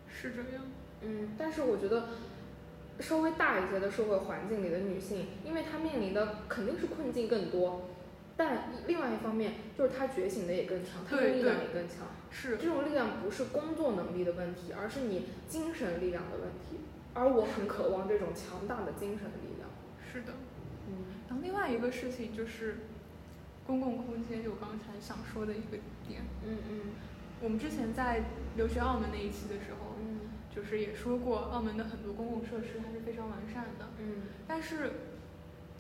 [SPEAKER 1] 是这样，
[SPEAKER 2] 嗯，但是我觉得稍微大一些的社会环境里的女性，因为她面临的肯定是困境更多，但另外一方面就是她觉醒的也更强，她的
[SPEAKER 1] 对
[SPEAKER 2] 力量
[SPEAKER 1] 对
[SPEAKER 2] 也更强。
[SPEAKER 1] 是
[SPEAKER 2] 这种力量不是工作能力的问题，而是你精神力量的问题。而我很渴望这种强大的精神力量。
[SPEAKER 1] 是的。
[SPEAKER 2] 嗯
[SPEAKER 1] 然后另外一个事情就是公共空间，就我刚才想说的一个点。
[SPEAKER 2] 嗯嗯
[SPEAKER 1] 我们之前在留学澳门那一期的时候，
[SPEAKER 2] 嗯
[SPEAKER 1] 就是也说过，澳门的很多公共设施还是非常完善的，
[SPEAKER 2] 嗯
[SPEAKER 1] 但是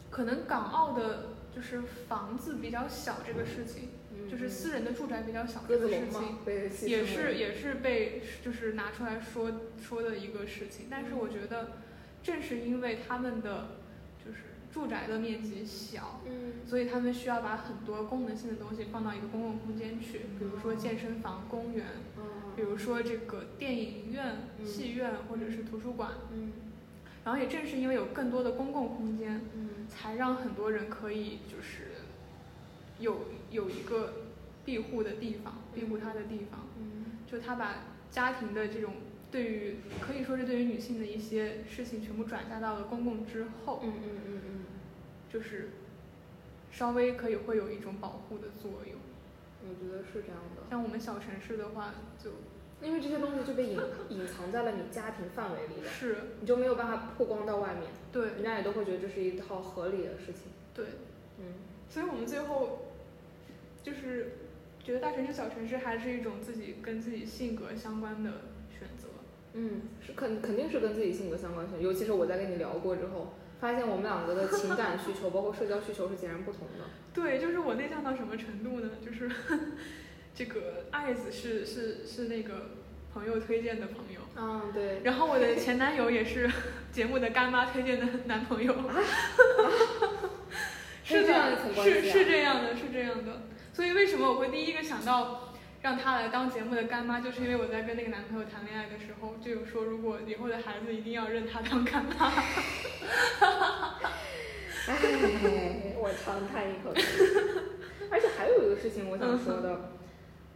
[SPEAKER 1] 可能港澳的就是房子比较小这个事情，
[SPEAKER 2] 嗯，
[SPEAKER 1] 就是私人的住宅比较小
[SPEAKER 2] 鸽
[SPEAKER 1] 这
[SPEAKER 2] 子
[SPEAKER 1] 个
[SPEAKER 2] 笼
[SPEAKER 1] 事
[SPEAKER 2] 嘛
[SPEAKER 1] 情，，
[SPEAKER 2] 被戏
[SPEAKER 1] 也
[SPEAKER 2] 称
[SPEAKER 1] 是
[SPEAKER 2] 为
[SPEAKER 1] 也是被就是拿出来说说的一个事情。但是我觉得，正是因为他们的就是住宅的面积小，
[SPEAKER 2] 嗯
[SPEAKER 1] 所以他们需要把很多功能性的东西放到一个公共空间去，比如说健身房、公园，比
[SPEAKER 2] 嗯
[SPEAKER 1] 如说这个电影院、
[SPEAKER 2] 嗯
[SPEAKER 1] 戏院或者是图书馆。
[SPEAKER 2] 嗯
[SPEAKER 1] 然后也正是因为有更多的公共空间，
[SPEAKER 2] 嗯
[SPEAKER 1] 才让很多人可以就是有有一个庇护的地方，庇护他的地方。
[SPEAKER 2] 嗯
[SPEAKER 1] 就他把家庭的这种对于可以说是对于女性的一些事情全部转嫁到了公共之后，
[SPEAKER 2] 嗯嗯嗯
[SPEAKER 1] 就是稍微可以会有一种保护的作用。
[SPEAKER 2] 嗯，我觉得是这样的。
[SPEAKER 1] 像我们小城市的话，就
[SPEAKER 2] 因为这些东西就被隐 (laughs) 隐藏在了你家庭范围里了，
[SPEAKER 1] 是
[SPEAKER 2] 你就没有办法曝光到外面，
[SPEAKER 1] 对
[SPEAKER 2] 人家也都会觉得这是一套合理的事情。
[SPEAKER 1] 对，
[SPEAKER 2] 嗯
[SPEAKER 1] 所以我们最后就是觉得大城市、小城市还是一种自己跟自己性格相关的选择。
[SPEAKER 2] 嗯，是肯肯定是跟自己性格相关性，尤其是我在跟你聊过之后，发现我们两个的情感需求，包括社交需求是截然不同的。
[SPEAKER 1] 对，就是我内向到什么程度呢？就是 (laughs) 这个爱子是是是那个朋友推荐的朋友，
[SPEAKER 2] 嗯，对，
[SPEAKER 1] 然后我的前男友也是 (laughs) 节目的干妈推荐的男朋友， (laughs) 是
[SPEAKER 2] 啊这
[SPEAKER 1] 的
[SPEAKER 2] 样一层关系啊
[SPEAKER 1] 是是这样的，是这样的。所以为什么我会第一个想到让她来当节目的干妈，就是因为我在跟那个男朋友谈恋爱的时候，就有说如果以后的孩子一定要认他当干妈。
[SPEAKER 2] 哎， (laughs) 我长叹一口气。 (laughs) 而且还有一个事情我想说的，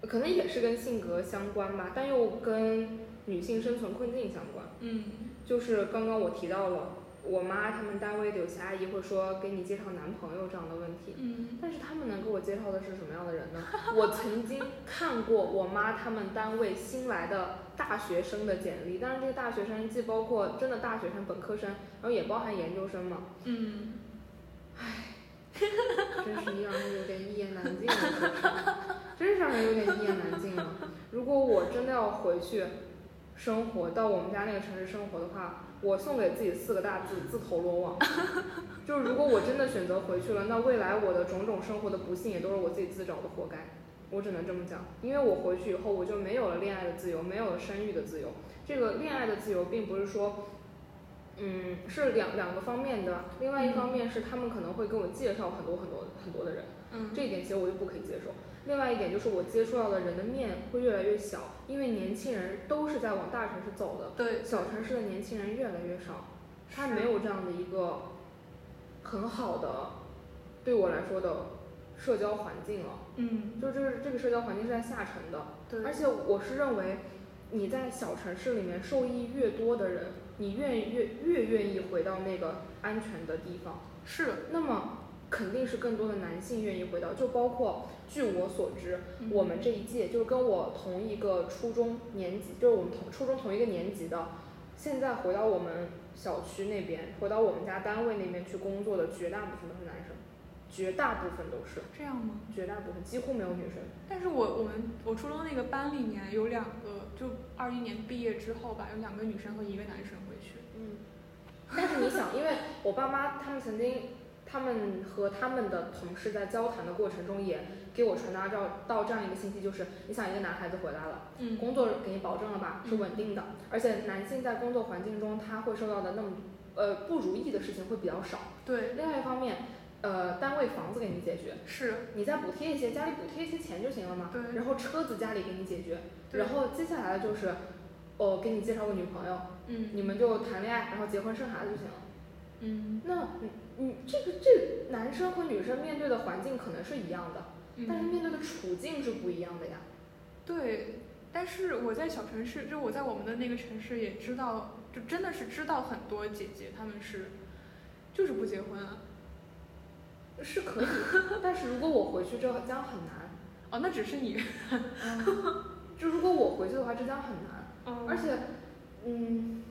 [SPEAKER 2] 可能也是跟性格相关吧，但又跟女性生存困境相关。
[SPEAKER 1] 嗯
[SPEAKER 2] 就是刚刚我提到了，我妈他们单位的有些阿姨会说给你介绍男朋友这样的问题，
[SPEAKER 1] 嗯
[SPEAKER 2] 但是他们能给我介绍的是什么样的人呢？我曾经看过我妈他们单位新来的大学生的简历，但是这个大学生既包括真的大学生、本科生，然后也包含研究生嘛，
[SPEAKER 1] 嗯，
[SPEAKER 2] 真是让人有点一言难尽了，说实话真是让人有点一言难尽了。如果我真的要回去生活，到我们家那个城市生活的话，我送给自己四个大字：自投罗网。就是如果我真的选择回去了，那未来我的种种生活的不幸也都是我自己自找的，活该。我只能这么讲，因为我回去以后我就没有了恋爱的自由，没有了生育的自由。这个恋爱的自由并不是说嗯，是两两个方面的。另外一方面是他们可能会给我介绍很多很多很多的人，
[SPEAKER 1] 嗯
[SPEAKER 2] 这一点其实我就不可以接受。另外一点就是我接触到的人的面会越来越小，因为年轻人都是在往大城市走的，
[SPEAKER 1] 对，
[SPEAKER 2] 小城市的年轻人越来越少，他没有这样的一个很好的对我来说的社交环境了。
[SPEAKER 1] 嗯
[SPEAKER 2] 就这这个社交环境是在下沉的，
[SPEAKER 1] 对，
[SPEAKER 2] 而且我是认为，你在小城市里面受益越多的人，你愿意越越愿意回到那个安全的地方，
[SPEAKER 1] 是
[SPEAKER 2] 那么肯定是更多的男性愿意回到。就包括据我所知，
[SPEAKER 1] 嗯
[SPEAKER 2] 我们这一届就是跟我同一个初中年级，就是我们同初中同一个年级的，现在回到我们小区那边，回到我们家单位那边去工作的，绝大部分都是男生，绝大部分都是，
[SPEAKER 1] 这样吗？
[SPEAKER 2] 绝大部分几乎没有女生。
[SPEAKER 1] 但是我我们我初中那个班里面有两个，就二一年毕业之后吧，有两个女生和一个男生回去。
[SPEAKER 2] 嗯，但是你想，因为我爸妈他们曾经，他们和他们的同事在交谈的过程中，也给我传达到到这样一个信息，就是你想一个男孩子回来了，
[SPEAKER 1] 嗯
[SPEAKER 2] 工作给你保证了吧，是
[SPEAKER 1] 嗯
[SPEAKER 2] 稳定的，而且男性在工作环境中他会受到的那么呃不如意的事情会比较少。
[SPEAKER 1] 对，
[SPEAKER 2] 另外一方面，呃，单位房子给你解决，
[SPEAKER 1] 是，
[SPEAKER 2] 你再补贴一些，家里补贴一些钱就行了嘛。
[SPEAKER 1] 对
[SPEAKER 2] 然后车子家里给你解决，
[SPEAKER 1] 对
[SPEAKER 2] 然后接下来就是，哦，给你介绍个女朋友，
[SPEAKER 1] 嗯
[SPEAKER 2] 你们就谈恋爱，然后结婚生孩子就行了。
[SPEAKER 1] 嗯，
[SPEAKER 2] 那你你这个这男生和女生面对的环境可能是一样的，但是
[SPEAKER 1] 嗯
[SPEAKER 2] 面对的处境是不一样的呀。
[SPEAKER 1] 对。但是我在小城市，就我在我们的那个城市也知道，就真的是知道很多姐姐她们是，就是不结婚啊。
[SPEAKER 2] 是可以，但是如果我回去，这将很难。
[SPEAKER 1] 哦，那只是你，
[SPEAKER 2] (laughs) 就如果我回去的话，这将很难。
[SPEAKER 1] 嗯
[SPEAKER 2] 而且，嗯，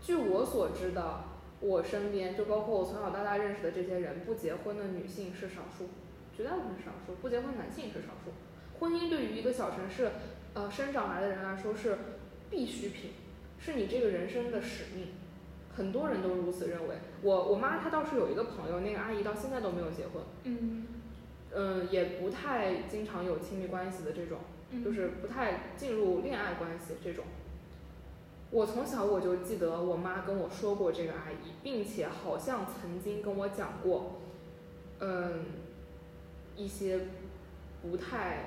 [SPEAKER 2] 据我所知的，我身边就包括我从小到大认识的这些人，不结婚的女性是少数，绝大部分是少数，不结婚的男性是少数。婚姻对于一个小城市，呃，生长来的人来说是必需品，是你这个人生的使命。很多人都如此认为。我我妈她倒是有一个朋友，那个阿姨到现在都没有结婚，
[SPEAKER 1] 嗯，
[SPEAKER 2] 嗯，也不太经常有亲密关系的这种。
[SPEAKER 1] 嗯
[SPEAKER 2] 就是不太进入恋爱关系这种。我从小我就记得我妈跟我说过这个阿姨，并且好像曾经跟我讲过，嗯，一些不太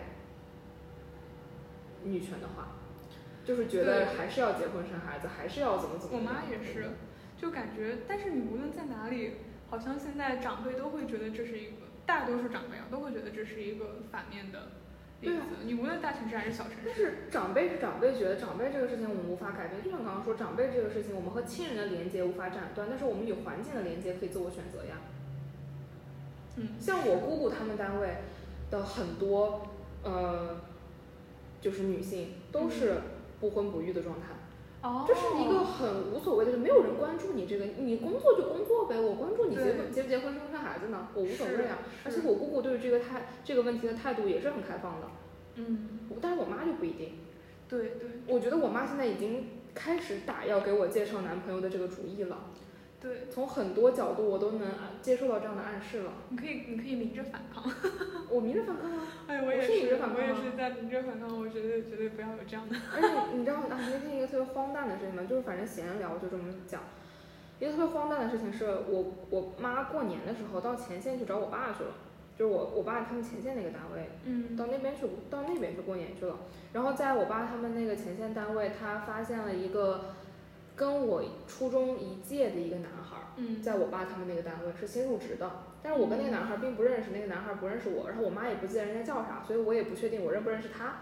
[SPEAKER 2] 女权的话，就是觉得
[SPEAKER 1] 对
[SPEAKER 2] 还是要结婚生孩子，还是要怎么怎么
[SPEAKER 1] 我
[SPEAKER 2] 样。
[SPEAKER 1] 妈也是，就感觉，但是你无论在哪里，好像现在长辈都会觉得这是一个，大多数长辈啊都会觉得这是一个反面的例
[SPEAKER 2] 对
[SPEAKER 1] 子
[SPEAKER 2] 啊。
[SPEAKER 1] 你无论大城市还是小城
[SPEAKER 2] 但
[SPEAKER 1] 市，
[SPEAKER 2] 是长辈是长辈觉得长辈这个事情我们无法改变，就像刚刚说，长辈这个事情我们和亲人的连接无法斩断，但是我们与环境的连接可以自我选择呀。
[SPEAKER 1] 嗯，
[SPEAKER 2] 像我姑姑他们单位的很多呃，就是女性都是不婚不育的状态，
[SPEAKER 1] 嗯哦，
[SPEAKER 2] 这是一个很无所谓的，没有人关注你这个，你工作就工作呗，我关注你结婚结不结婚生不生孩子呢，我无所谓啊。而且
[SPEAKER 1] 是
[SPEAKER 2] 我姑姑对于这个态这个问题的态度也是很开放的，
[SPEAKER 1] 嗯，
[SPEAKER 2] 我但是我妈就不一定。
[SPEAKER 1] 对对
[SPEAKER 2] 我觉得我妈现在已经开始打要给我介绍男朋友的这个主意了，
[SPEAKER 1] 对，
[SPEAKER 2] 从很多角度我都能接受到这样的暗示了。
[SPEAKER 1] 你可以，你可以明着反抗。
[SPEAKER 2] 我明着反抗啊！
[SPEAKER 1] 哎，我也
[SPEAKER 2] 是明
[SPEAKER 1] 是，
[SPEAKER 2] 着反
[SPEAKER 1] 我
[SPEAKER 2] 抗
[SPEAKER 1] 也
[SPEAKER 2] 啊！
[SPEAKER 1] 是在明着反抗，我绝对绝对不要有这样的。
[SPEAKER 2] 而且你知道啊，那天一个特别荒诞的事情吗？就是反正闲聊就这么讲，一个特别荒诞的事情是我我妈过年的时候到前线去找我爸去了，就是我我爸他们前线那个单位，
[SPEAKER 1] 嗯
[SPEAKER 2] 到那边去到那边去过年去了。然后在我爸他们那个前线单位，他发现了一个跟我初中一届的一个男孩儿，
[SPEAKER 1] 嗯
[SPEAKER 2] 在我爸他们那个单位是新入职的，但是我跟那个男孩儿并不认识，那个男孩儿不认识我，然后我妈也不记得人家叫啥，所以我也不确定我认不认识他。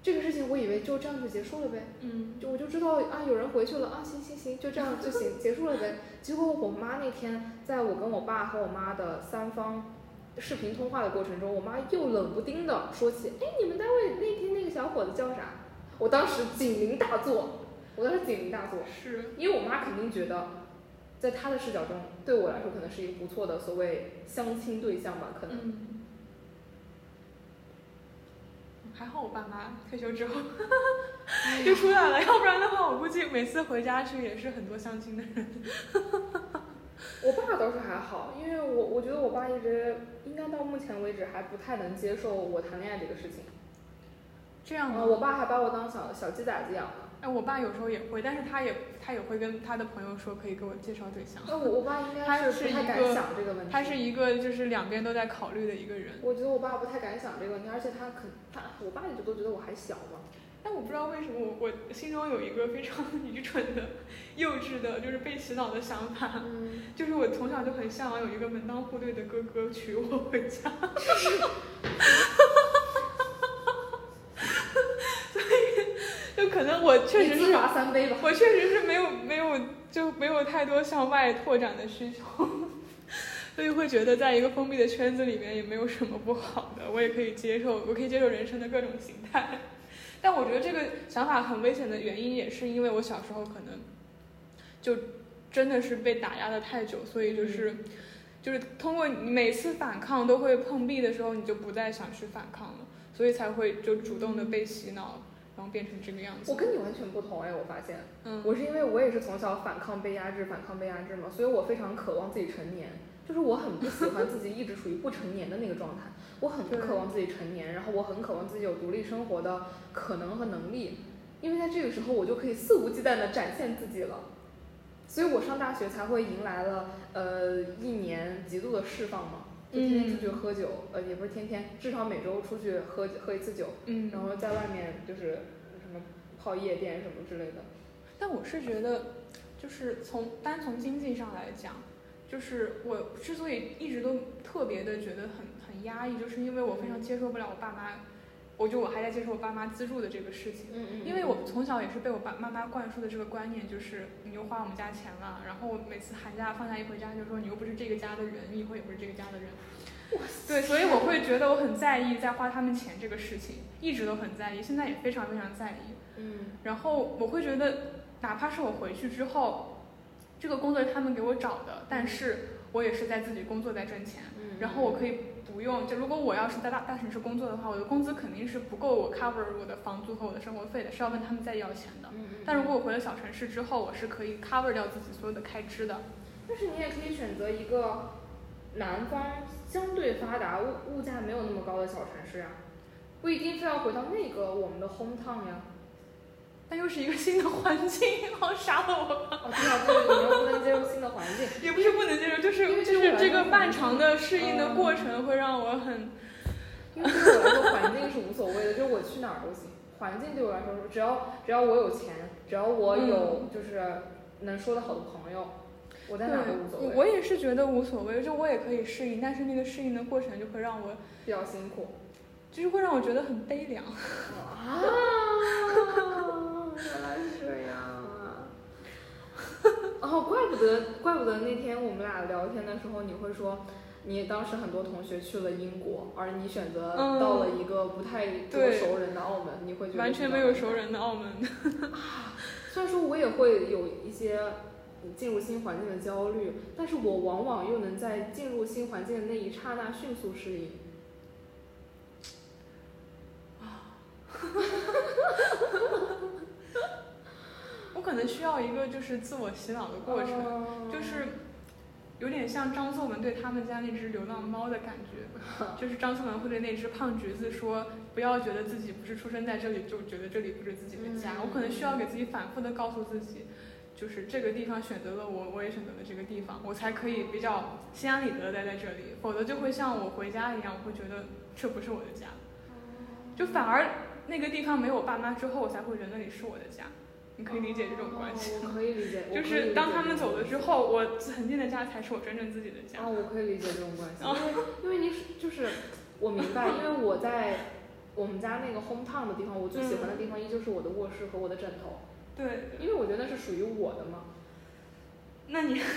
[SPEAKER 2] 这个事情我以为就这样就结束了呗，
[SPEAKER 1] 嗯
[SPEAKER 2] 就我就知道啊，有人回去了啊，行行行，就这样就行，结束了呗。结果我妈那天在我跟我爸和我妈的三方视频通话的过程中，我妈又冷不丁的说起，哎，你们单位那天那个小伙子叫啥？我当时警铃大作，我当时警铃大作，
[SPEAKER 1] 嗯是，
[SPEAKER 2] 因为我妈肯定觉得，在她的视角中，对我来说可能是一个不错的所谓相亲对象吧，可能。
[SPEAKER 1] 嗯。还好我爸妈退休之后 (laughs) 就出来了，要不然的话，我估计每次回家去也是很多相亲的人。
[SPEAKER 2] 我爸倒是还好，因为我我觉得我爸一直应该到目前为止还不太能接受我谈恋爱这个事情。
[SPEAKER 1] 嗯这样啊
[SPEAKER 2] 嗯，
[SPEAKER 1] 吗？
[SPEAKER 2] 我爸还把我当小小鸡崽子养了。
[SPEAKER 1] 哦哎，我爸有时候也会，但是他也他也会跟他的朋友说可以给我介绍对象。
[SPEAKER 2] 那我我爸应
[SPEAKER 1] 他
[SPEAKER 2] 该
[SPEAKER 1] 是
[SPEAKER 2] 是不太
[SPEAKER 1] 一
[SPEAKER 2] 敢
[SPEAKER 1] 个
[SPEAKER 2] 想这个问题。
[SPEAKER 1] 他是一个就是两边都在考虑的一个人，
[SPEAKER 2] 我觉得我爸不太敢想这个问题，而且他肯他我爸一直都觉得我还小嘛。
[SPEAKER 1] 但我不知道为什么我我心中有一个非常愚蠢的、幼稚的，就是被洗脑的想法，
[SPEAKER 2] 嗯，
[SPEAKER 1] 就是我从小就很向往有一个门当户对的哥哥娶我回家。 (laughs) 所以，就可能我确实
[SPEAKER 2] 你自
[SPEAKER 1] 是，
[SPEAKER 2] 罚三杯吧。
[SPEAKER 1] 我确实是没有没有就没有太多向外拓展的需求。 (laughs) 所以会觉得在一个封闭的圈子里面也没有什么不好的，我也可以接受，我可以接受人生的各种形态。但我觉得这个想法很危险的原因，也是因为我小时候可能就真的是被打压的太久，所以
[SPEAKER 2] 嗯
[SPEAKER 1] 就是就是通过你每次反抗都会碰壁的时候，你就不再想去反抗了，所以才会就主动的被洗脑，然后变成这个样
[SPEAKER 2] 我
[SPEAKER 1] 子。
[SPEAKER 2] 跟你完全不同哎，我发现
[SPEAKER 1] 嗯，
[SPEAKER 2] 我是因为我也是从小反抗被压制，反抗被压制嘛，所以我非常渴望自己成年。就是我很不喜欢自己一直处于不成年的那个状态，我很不
[SPEAKER 1] 对
[SPEAKER 2] 渴望自己成年，然后我很渴望自己有独立生活的可能和能力，因为在这个时候我就可以肆无忌惮地展现自己了。所以我上大学才会迎来了呃一年极度的释放嘛，就天天出去喝酒，呃也不是天天，至少每周出去喝喝一次酒，
[SPEAKER 1] 嗯，
[SPEAKER 2] 然后在外面就是什么泡夜店什么之类的。
[SPEAKER 1] 但我是觉得，就是从单从经济上来讲，就是我之所以一直都特别的觉得很很压抑，就是因为我非常接受不了我爸妈，我就我还在接受我爸妈资助的这个事情。
[SPEAKER 2] 嗯嗯
[SPEAKER 1] 因为我从小也是被我爸妈妈灌输的这个观念，就是你又花我们家钱了，然后每次寒假放假一回家就说你又不是这个家的人，你以后也不是这个家的人。 (laughs) 对，所以我会觉得我很在意在花他们钱这个事情，一直都很在意，现在也非常非常在意。
[SPEAKER 2] 嗯
[SPEAKER 1] 然后我会觉得，哪怕是我回去之后，这个工作是他们给我找的，但是我也是在自己工作在挣钱，
[SPEAKER 2] 嗯，
[SPEAKER 1] 然后我可以不用，就如果我要是在大大城市工作的话，我的工资肯定是不够我 cover 我的房租和我的生活费的，是要问他们再要钱的。
[SPEAKER 2] 嗯，
[SPEAKER 1] 但如果我回了小城市之后，我是可以 cover 掉自己所有的开支的。
[SPEAKER 2] 但是你也可以选择一个南方相对发达、物物价没有那么高的小城市啊，不一定非要回到那个我们的 hometown 呀。
[SPEAKER 1] 但又是一个新的环境，好傻了我。
[SPEAKER 2] 哦，对啊，对，你又不能接受新的环境，
[SPEAKER 1] 也不是不能接受，就是
[SPEAKER 2] 因为对
[SPEAKER 1] 就
[SPEAKER 2] 我
[SPEAKER 1] 是这
[SPEAKER 2] 来说
[SPEAKER 1] 个
[SPEAKER 2] 可能
[SPEAKER 1] 漫
[SPEAKER 2] 是
[SPEAKER 1] 长的适应的过
[SPEAKER 2] 嗯
[SPEAKER 1] 程会让我很
[SPEAKER 2] 因为对我来说环境是无所谓的，就是我去哪儿都行。环境对我来说，只要只要我有钱，只要我有
[SPEAKER 1] 嗯
[SPEAKER 2] 就是能说得好的朋友，我在哪儿都无所
[SPEAKER 1] 对，
[SPEAKER 2] 谓，
[SPEAKER 1] 我也是觉得无所谓，就我也可以适应，但是那个适应的过程就会让我，
[SPEAKER 2] 比较辛苦。
[SPEAKER 1] 就是会让我觉得很悲凉。
[SPEAKER 2] 啊，
[SPEAKER 1] 哦
[SPEAKER 2] 原来是这样啊！哦，怪不得，怪不得那天我们俩聊天的时候，你会说，你当时很多同学去了英国，而你选择
[SPEAKER 1] 嗯
[SPEAKER 2] 到了一个不太多
[SPEAKER 1] 对
[SPEAKER 2] 熟人的澳门，你会觉得
[SPEAKER 1] 完全
[SPEAKER 2] 比较
[SPEAKER 1] 没有
[SPEAKER 2] 尴尬
[SPEAKER 1] 熟。人的澳门，
[SPEAKER 2] 虽然说我也会有一些进入新环境的焦虑，但是我往往又能在进入新环境的那一刹那迅速适应。
[SPEAKER 1] (laughs) 我可能需要一个就是自我洗脑的过程，
[SPEAKER 2] 哦
[SPEAKER 1] 就是有点像张颂文对他们家那只流浪猫的感觉，就是张颂文会对那只胖橘子说：“不要觉得自己不是出生在这里，就觉得这里不是自己的家。”我可能需要给自己反复的告诉自己，就是这个地方选择了我，我也选择了这个地方，我才可以比较心安理得的待在这里，否则就会像我回家一样，我会觉得这不是我的家，就反而那个地方没有我爸妈之后，我才会觉得那里是我的家。你可以理解这种关系
[SPEAKER 2] 哦，我可以理解，我可
[SPEAKER 1] 就
[SPEAKER 2] 以理
[SPEAKER 1] 是
[SPEAKER 2] 解
[SPEAKER 1] 当
[SPEAKER 2] 这
[SPEAKER 1] 他们
[SPEAKER 2] 种
[SPEAKER 1] 走了
[SPEAKER 2] 关
[SPEAKER 1] 之
[SPEAKER 2] 系
[SPEAKER 1] 后，我曾经的家才是我真正自己的家
[SPEAKER 2] 啊，。我可以理解这种关系，
[SPEAKER 1] 哦 (laughs)
[SPEAKER 2] 因为因为你是就是我明白，因为我在我们家那个 hometown 的地方，我最喜欢的
[SPEAKER 1] 嗯
[SPEAKER 2] 地方依旧是我的卧室和我的枕头，
[SPEAKER 1] 对，
[SPEAKER 2] 因为我觉得那是属于我的嘛。
[SPEAKER 1] 那你， (laughs)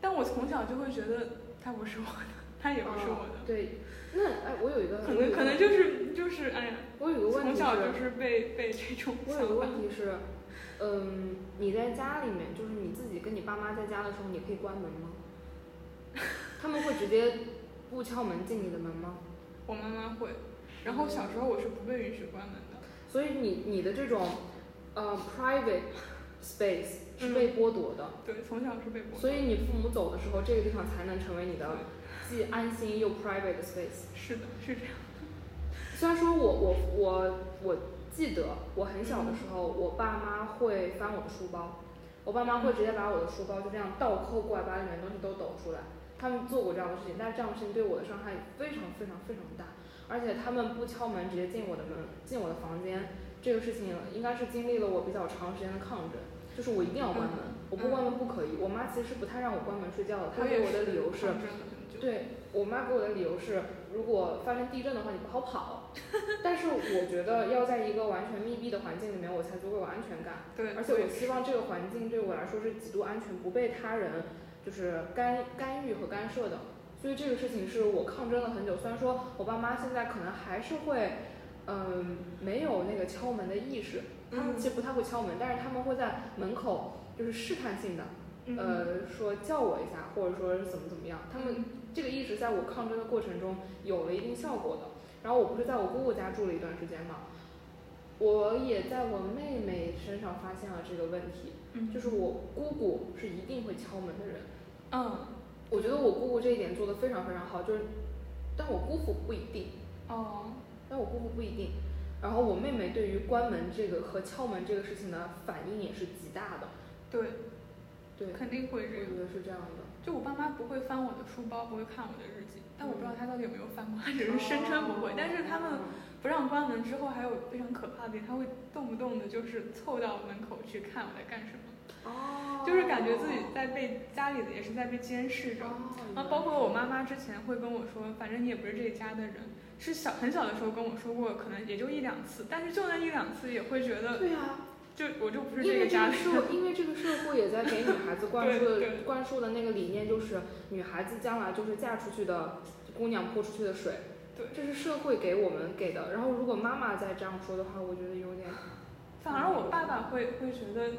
[SPEAKER 1] 但我从小就会觉得它不是我的，它也不是我的，
[SPEAKER 2] 对，那哎，哦我有一个
[SPEAKER 1] 可能可能就是就是哎呀，
[SPEAKER 2] 我有一个问
[SPEAKER 1] 从
[SPEAKER 2] 题
[SPEAKER 1] 小
[SPEAKER 2] 是
[SPEAKER 1] 就，是被被这种
[SPEAKER 2] 我有一
[SPEAKER 1] 想法。
[SPEAKER 2] 个问题是，嗯，你在家里面，就是你自己跟你爸妈在家的时候，你可以关门吗？ (laughs) 他们会直接不敲门进你的门吗？
[SPEAKER 1] 我妈妈会，然后小时候我是不被允许关门的。
[SPEAKER 2] 所以你你的这种呃 private space 是被剥夺的，
[SPEAKER 1] 对，从小是被剥夺。
[SPEAKER 2] 哦所以你父母走的时候，这个地方才能成为你的既安心又 private 的 space。
[SPEAKER 1] 是的，是这样。
[SPEAKER 2] 虽然说我我我我记得我很小的时候，我爸妈会翻我的书包，我爸妈会直接把我的书包就这样倒扣过来，把里面的东西都抖出来。他们做过这样的事情，但是这样的事情对我的伤害非常非常非常大，而且他们不敲门直接进我的门进我的房间，这个事情应该是经历了我比较长时间的抗争，就是我一定要关门，我不关门不可以。我妈其实不太让我关门睡觉的，她
[SPEAKER 1] 也
[SPEAKER 2] 嗯给我的理由是
[SPEAKER 1] 抗争了很久。
[SPEAKER 2] 对我妈给我的理由是，如果发生地震的话，你不好
[SPEAKER 1] (laughs)
[SPEAKER 2] 跑。但是我觉得要在一个完全密闭的环境里面，我才足够有安全感。
[SPEAKER 1] 对，
[SPEAKER 2] 而且我
[SPEAKER 1] 对
[SPEAKER 2] 希望这个环境对我来说是极度安全，不被他人就是干干预和干涉的。所以这个事情是我抗争了很久。虽然说我爸妈现在可能还是会，嗯，没有那个敲门的意识，他
[SPEAKER 1] 嗯
[SPEAKER 2] 们其实不太会敲门，但是他们会在门口就是试探性的，
[SPEAKER 1] 嗯
[SPEAKER 2] 呃，说叫我一下，或者说是怎么怎么样。他们这个意识在我抗争的过程中有了一定效果的。然后我不是在我姑姑家住了一段时间嘛，我也在我妹妹身上发现了这个问题，
[SPEAKER 1] 嗯
[SPEAKER 2] 就是我姑姑是一定会敲门的人。
[SPEAKER 1] 嗯
[SPEAKER 2] 我觉得我姑姑这一点做得非常非常好，就是，但我姑父不一定，
[SPEAKER 1] 哦
[SPEAKER 2] 但我姑父不一定。然后我妹妹对于关门这个和敲门这个事情的反应也是极大的，
[SPEAKER 1] 对，
[SPEAKER 2] 对，
[SPEAKER 1] 肯定会
[SPEAKER 2] 我
[SPEAKER 1] 这样。
[SPEAKER 2] 觉得是这样的。
[SPEAKER 1] 就我爸妈不会翻我的书包，不会看我的日记，但我不知
[SPEAKER 2] 嗯
[SPEAKER 1] 道他到底有没有翻过，他 (laughs) 只是声称不会。但是他们不让关门之后，还有非常可怕的点，他会动不动的就是凑到门口去看我在干什么，
[SPEAKER 2] 哦，
[SPEAKER 1] 就是感觉自己在被家里的也是在被监视
[SPEAKER 2] 哦
[SPEAKER 1] 着。啊，包括我妈妈之前会跟我说，反正你也不是这家的人，是小很小的时候跟我说过，可能也就一两次，但是就那一两次也会觉得，
[SPEAKER 2] 对呀、
[SPEAKER 1] 就我就不是
[SPEAKER 2] 因
[SPEAKER 1] 这
[SPEAKER 2] 为
[SPEAKER 1] 个
[SPEAKER 2] 这
[SPEAKER 1] 家
[SPEAKER 2] 个
[SPEAKER 1] 的
[SPEAKER 2] 社
[SPEAKER 1] 人。 (laughs)
[SPEAKER 2] 因为这个社会也在给女孩子灌输
[SPEAKER 1] 对
[SPEAKER 2] 的
[SPEAKER 1] 对
[SPEAKER 2] 灌输的那个理念，就是女孩子将来就是嫁出去的姑娘泼出去的水。
[SPEAKER 1] 对
[SPEAKER 2] 这是社会给我们给的。然后如果妈妈再这样说的话，我觉得有点
[SPEAKER 1] 反而我爸爸会会觉得，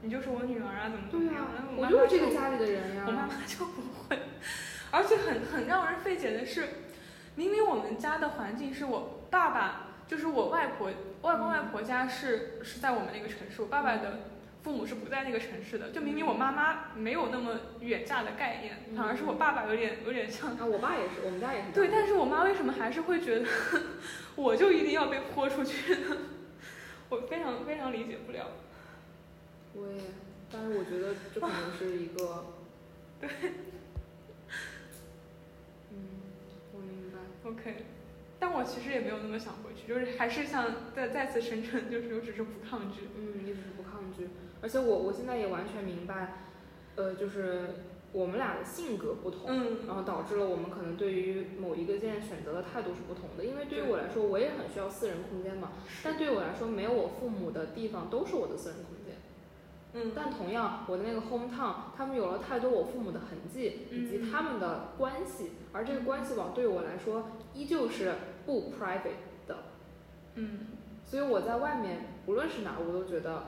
[SPEAKER 1] 你就是我女儿啊，怎么怎么
[SPEAKER 2] 对
[SPEAKER 1] 样
[SPEAKER 2] 呀、。
[SPEAKER 1] 然后
[SPEAKER 2] 我
[SPEAKER 1] 妈
[SPEAKER 2] 就
[SPEAKER 1] 妈
[SPEAKER 2] 是这个家里的人呀、
[SPEAKER 1] 我妈妈就不会。而且很很让人费解的是，明明我们家的环境是我爸爸，就是我外婆、外公外婆家是是在我们那个城市，我爸爸的父母是不在那个城市的。就明明我妈妈没有那么远嫁的概念，反而是我爸爸有点有点像。
[SPEAKER 2] 啊，我爸也是，我们家也是
[SPEAKER 1] (laughs)
[SPEAKER 2] 这
[SPEAKER 1] 对，
[SPEAKER 2] 样。
[SPEAKER 1] 但是我妈为什么还是会觉得 (laughs) 我就一定要被泼出去呢？ (laughs) 我非常非常理解不了。
[SPEAKER 2] 我也，但是我觉得这可能是一个对，嗯，我明白。
[SPEAKER 1] OK，但我其实也没有那么想回去，就是还是想再再次声称，就是我只是不抗拒。
[SPEAKER 2] 嗯，一直不抗拒，而且我我现在也完全明白，呃，就是我们俩的性格不同，
[SPEAKER 1] 嗯
[SPEAKER 2] 然后导致了我们可能对于某一个件选择的态度是不同的。因为对于我来说，我也很需要私人空间嘛，但对于我来说，没有我父母的地方都是我的私人空间。
[SPEAKER 1] 嗯
[SPEAKER 2] 但同样，我的那个 hometown，他们有了太多我父母的痕迹以及
[SPEAKER 1] 嗯
[SPEAKER 2] 他们的关系，而这个关系网对我来说依旧是不 private 的。
[SPEAKER 1] 嗯，
[SPEAKER 2] 所以我在外面无论是哪儿，我都觉得，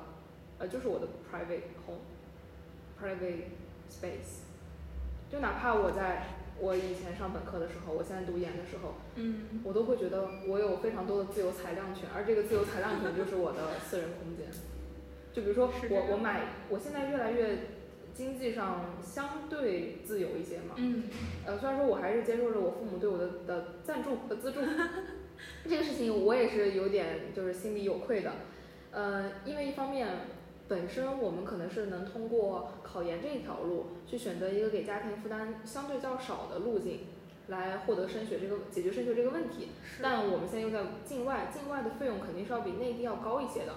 [SPEAKER 2] 呃，就是我的 private home，private space。就哪怕我在我以前上本科的时候，我现在读研的时候，
[SPEAKER 1] 嗯，
[SPEAKER 2] 我都会觉得我有非常多的自由裁量权，而这个自由裁量权就是我的私人空间。就比如说
[SPEAKER 1] 是这
[SPEAKER 2] 我
[SPEAKER 1] 样
[SPEAKER 2] 我买，我现在越来越经济上相对自由一些嘛，
[SPEAKER 1] 嗯
[SPEAKER 2] 呃，虽然说我还是接受着我父母对我的的赞助和资助，这个事情我也是有点就是心里有愧的，呃，因为一方面本身我们可能是能通过考研这一条路去选择一个给家庭负担相对较少的路径，来获得升学这个解决升学这个问题，
[SPEAKER 1] 是
[SPEAKER 2] 但我们现在又在境外，境外的费用肯定是要比内地要高一些的。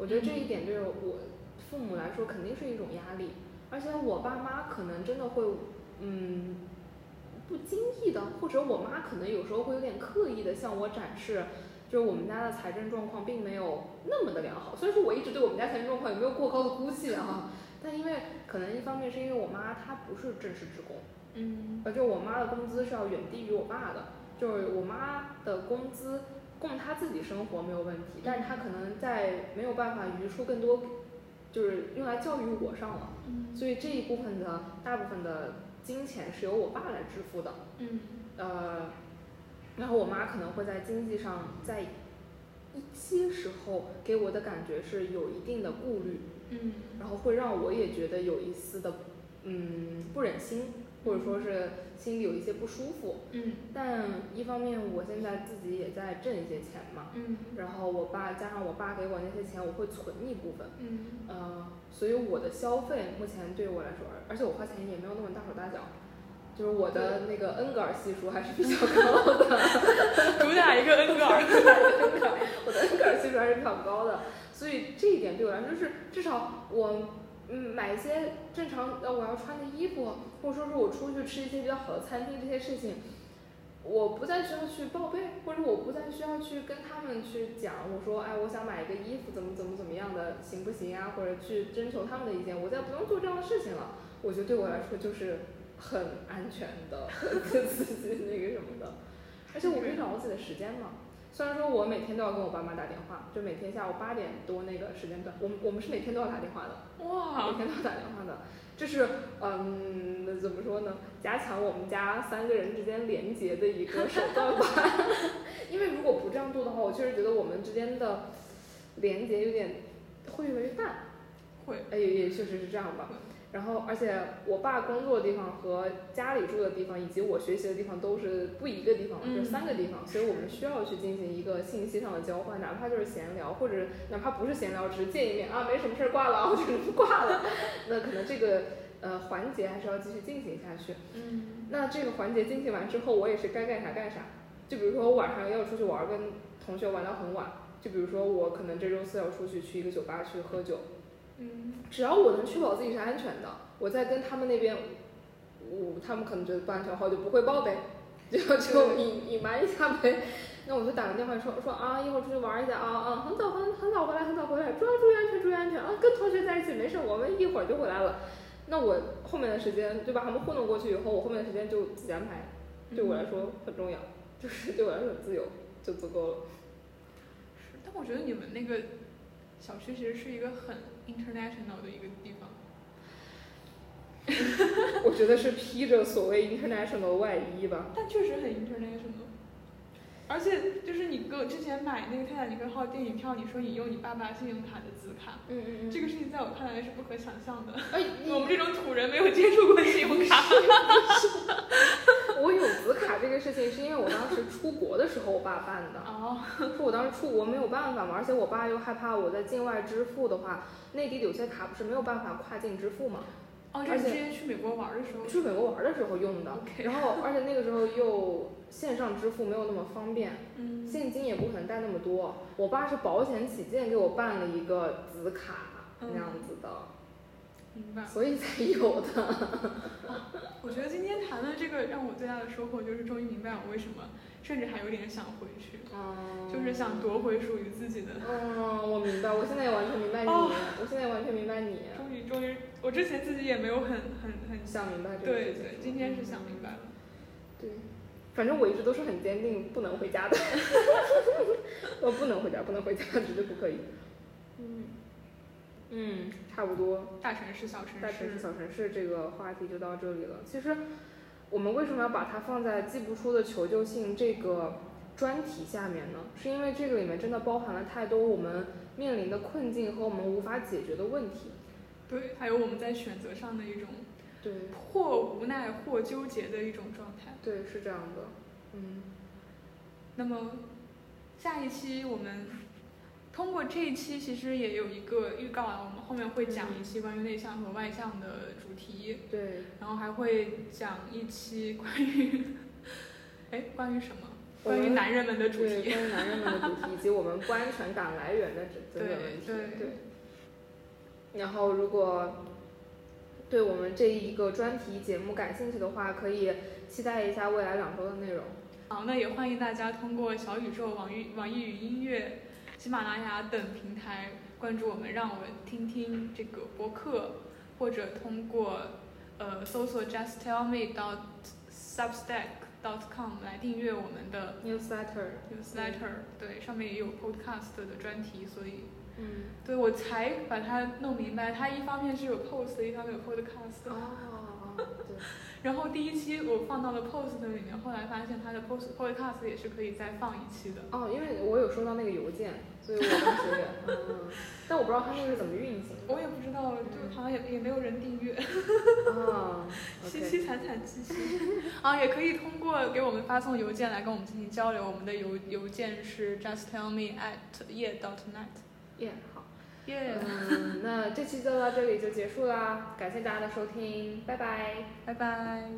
[SPEAKER 2] 我觉得这一点对我父母来说肯定是一种压力，而且我爸妈可能真的会，嗯，不经意的，或者我妈可能有时候会有点刻意的向我展示，就是我们家的财政状况并没有那么的良好。虽然说我一直对我们家财政状况也没有过高的估计啊，但因为可能一方面是因为我妈她不是正式职工。
[SPEAKER 1] 嗯
[SPEAKER 2] 而且呃我妈的工资是要远低于我爸的，就是我妈的工资供她自己生活没有问题，但是她可能在没有办法余出更多，就是用来教育我上了，
[SPEAKER 1] 嗯
[SPEAKER 2] 所以这一部分的大部分的金钱是由我爸来支付的，
[SPEAKER 1] 嗯
[SPEAKER 2] 呃，然后我妈可能会在经济上在一些时候给我的感觉是有一定的顾虑，
[SPEAKER 1] 嗯
[SPEAKER 2] 然后会让我也觉得有一丝的，嗯，不忍心，或者说是心里有一些不舒服。
[SPEAKER 1] 嗯
[SPEAKER 2] 但一方面，我现在自己也在挣一些钱嘛，
[SPEAKER 1] 嗯
[SPEAKER 2] 然后我爸加上我爸给我那些钱，我会存一部分， (laughs)
[SPEAKER 1] 嗯
[SPEAKER 2] 呃，所以我的消费目前对我来说，而且我花钱也没有那么大手大脚，就是我的那个恩格尔系数还是比较高的。 (laughs)
[SPEAKER 1] 主打一个 (laughs) 恩格尔。
[SPEAKER 2] 我的恩格尔系数还是比较高的，所以这一点对我来说就是至少我嗯买一些正常呃我要穿的衣服，或者说是我出去吃一些比较好的餐厅这些事情，我不再需要去报备，或者我不再需要去跟他们去讲，我说哎我想买一个衣服怎么怎么怎么样的行不行啊，或者去征求他们的意见，我再不用做这样的事情了，我觉得对我来说就是很安全的， (laughs) 很自己那个什么的，而且我可以掌握自己的时间嘛。虽然说我每天都要跟我爸妈打电话，就每天下午八点多那个时间段，我们我们是每天都要打电话的，每
[SPEAKER 1] 哇，
[SPEAKER 2] 天都要打电话的。这是嗯，怎么说呢？加强我们家三个人之间连结的一个手段吧。 (laughs) 因为如果不这样做的话，我确实觉得我们之间的连结有点会越来越淡。
[SPEAKER 1] 会，
[SPEAKER 2] 哎，也也确实是这样吧。然后，而且我爸工作的地方和家里住的地方，以及我学习的地方都是不一个地方，
[SPEAKER 1] 嗯
[SPEAKER 2] 就是三个地方，所以我们需要去进行一个信息上的交换，哪怕就是闲聊，或者哪怕不是闲聊，只是见一面啊，没什么事儿，挂了啊，我就挂了。 (laughs) 那可能这个呃环节还是要继续进行下去。
[SPEAKER 1] 嗯
[SPEAKER 2] 那这个环节进行完之后，我也是该干啥干啥。就比如说我晚上要出去玩儿，跟同学玩到很晚。就比如说我可能这周四要出去去一个酒吧去喝酒，
[SPEAKER 1] 嗯
[SPEAKER 2] 只要我能确保自己是安全的，我在跟他们那边，我他们可能觉得不安全的话，我就不汇报呗， (laughs) 就就隐隐瞒一下呗。那我就打个电话说说啊，一会儿出去玩一下啊啊，很早很很早回来，很早回来，注意注意安全，注意安全啊，跟同学在一起没事，我们一会儿就回来了。那我后面的时间就把他们糊弄过去以后，我后面的时间就自己安排，对我来说很重要，就是对我来说很自由就足够了。
[SPEAKER 1] 是，但我觉得你们那个小区其实是一个很 international 的一个地方。
[SPEAKER 2] 我觉得是披着所谓 international 外衣吧。
[SPEAKER 1] 但确实很 international。而且就是你给我之前买那个《泰坦尼克号》电影票，你说你用你爸爸信用卡的紫卡，
[SPEAKER 2] 嗯嗯嗯
[SPEAKER 1] 这个事情在我看来是不可想象的。
[SPEAKER 2] 哎，
[SPEAKER 1] 我们这种土人没有接触过信用卡。
[SPEAKER 2] (laughs) 我有紫卡这个事情，是因为我当时出国的时候我爸办
[SPEAKER 1] (laughs)
[SPEAKER 2] 的，
[SPEAKER 1] (laughs) 哦，
[SPEAKER 2] 是我当时出国没有办法嘛，而且我爸又害怕我在境外支付的话，内地有些卡不是没有办法跨境支付嘛，
[SPEAKER 1] 哦，这
[SPEAKER 2] 而
[SPEAKER 1] 是
[SPEAKER 2] 且
[SPEAKER 1] 之前去美国玩的时候。
[SPEAKER 2] 去美国玩的时候用的，
[SPEAKER 1] OK，
[SPEAKER 2] 然后而且那个时候又线上支付没有那么方便，
[SPEAKER 1] 嗯，
[SPEAKER 2] 现金也不可能带那么多，我爸是保险起见给我办了一个紫卡
[SPEAKER 1] 嗯
[SPEAKER 2] 那样子的，
[SPEAKER 1] 明白。
[SPEAKER 2] 所以才有的。
[SPEAKER 1] 我觉得今天谈的这个让我最大的收获就是终于明白我为什么，甚至还有点想回去，
[SPEAKER 2] 嗯
[SPEAKER 1] (laughs) 就是想夺回属于自己的。
[SPEAKER 2] 嗯，我明白，我现在也完全明白你，
[SPEAKER 1] 哦
[SPEAKER 2] 我现在也完全明白你。
[SPEAKER 1] 终于，终于，我之前自己也没有很很很
[SPEAKER 2] 想明白这个
[SPEAKER 1] 对
[SPEAKER 2] 事情。
[SPEAKER 1] 对，今天是想明白了。
[SPEAKER 2] 对，反正我一直都是很坚定不能回家的，
[SPEAKER 1] (laughs)
[SPEAKER 2] 我不能回家，不能回家，绝对不可以。
[SPEAKER 1] 嗯，
[SPEAKER 2] 嗯，差不多，
[SPEAKER 1] 大城市、小城市，
[SPEAKER 2] 大城市、小城市这个话题就到这里了。其实我们为什么要把它放在寄不出的求救信这个专题下面呢？是因为这个里面真的包含了太多我们面临的困境和我们无法解决的问题。
[SPEAKER 1] 对，还有我们在选择上的一种
[SPEAKER 2] 对
[SPEAKER 1] 或无奈或纠结的一种状态。
[SPEAKER 2] 对，是这样的。嗯，
[SPEAKER 1] 那么下一期我们通过这一期其实也有一个预告啊，我们后面会讲一期关于内向和外向的主题，
[SPEAKER 2] 对，
[SPEAKER 1] 然后还会讲一期关于， (laughs) 哎，关于什么？
[SPEAKER 2] 我
[SPEAKER 1] 关于
[SPEAKER 2] 们
[SPEAKER 1] 男人们的主
[SPEAKER 2] 对
[SPEAKER 1] 题。
[SPEAKER 2] 关于男人们的主题，以及我们不安全感来源的这等等问题。
[SPEAKER 1] 对对
[SPEAKER 2] 然后，如果对我们这一个专题节目感兴趣的话，可以期待一下未来两周的内容。
[SPEAKER 1] 好，那也欢迎大家通过小宇宙、网易、网易云音乐、喜马拉雅等平台关注我们，让我们听听这个播客，或者通过呃搜索 Just Tell Me dot Substack dot com 来订阅我们的
[SPEAKER 2] Newsletter，
[SPEAKER 1] newsletter。对，上面也有 podcast 的专题，所以
[SPEAKER 2] 嗯，
[SPEAKER 1] 对我才把它弄明白，它一方面是有 post，一方面有 podcast。 (laughs)
[SPEAKER 2] 哦，对，
[SPEAKER 1] 然后第一期我放到了 post 里面，后来发现它的 post podcast 也是可以再放一期的。
[SPEAKER 2] (laughs) 哦，因为我有收到那个邮件，所以我当时也，嗯，但我不知道它那个是怎么运行的。
[SPEAKER 1] 我也不知道，就好像也也没有人订阅，
[SPEAKER 2] 啊
[SPEAKER 1] 凄
[SPEAKER 2] ，OK，
[SPEAKER 1] 凄惨惨兮 (laughs) 兮。啊，也可以通过给我们发送邮件来跟我们进行交流。我们的邮邮件是 justtellme at ye dot net。
[SPEAKER 2] 耶，好，
[SPEAKER 1] 耶，
[SPEAKER 2] 嗯，那这期就到这里就结束啦，感谢大家的收听，拜拜。
[SPEAKER 1] 拜拜。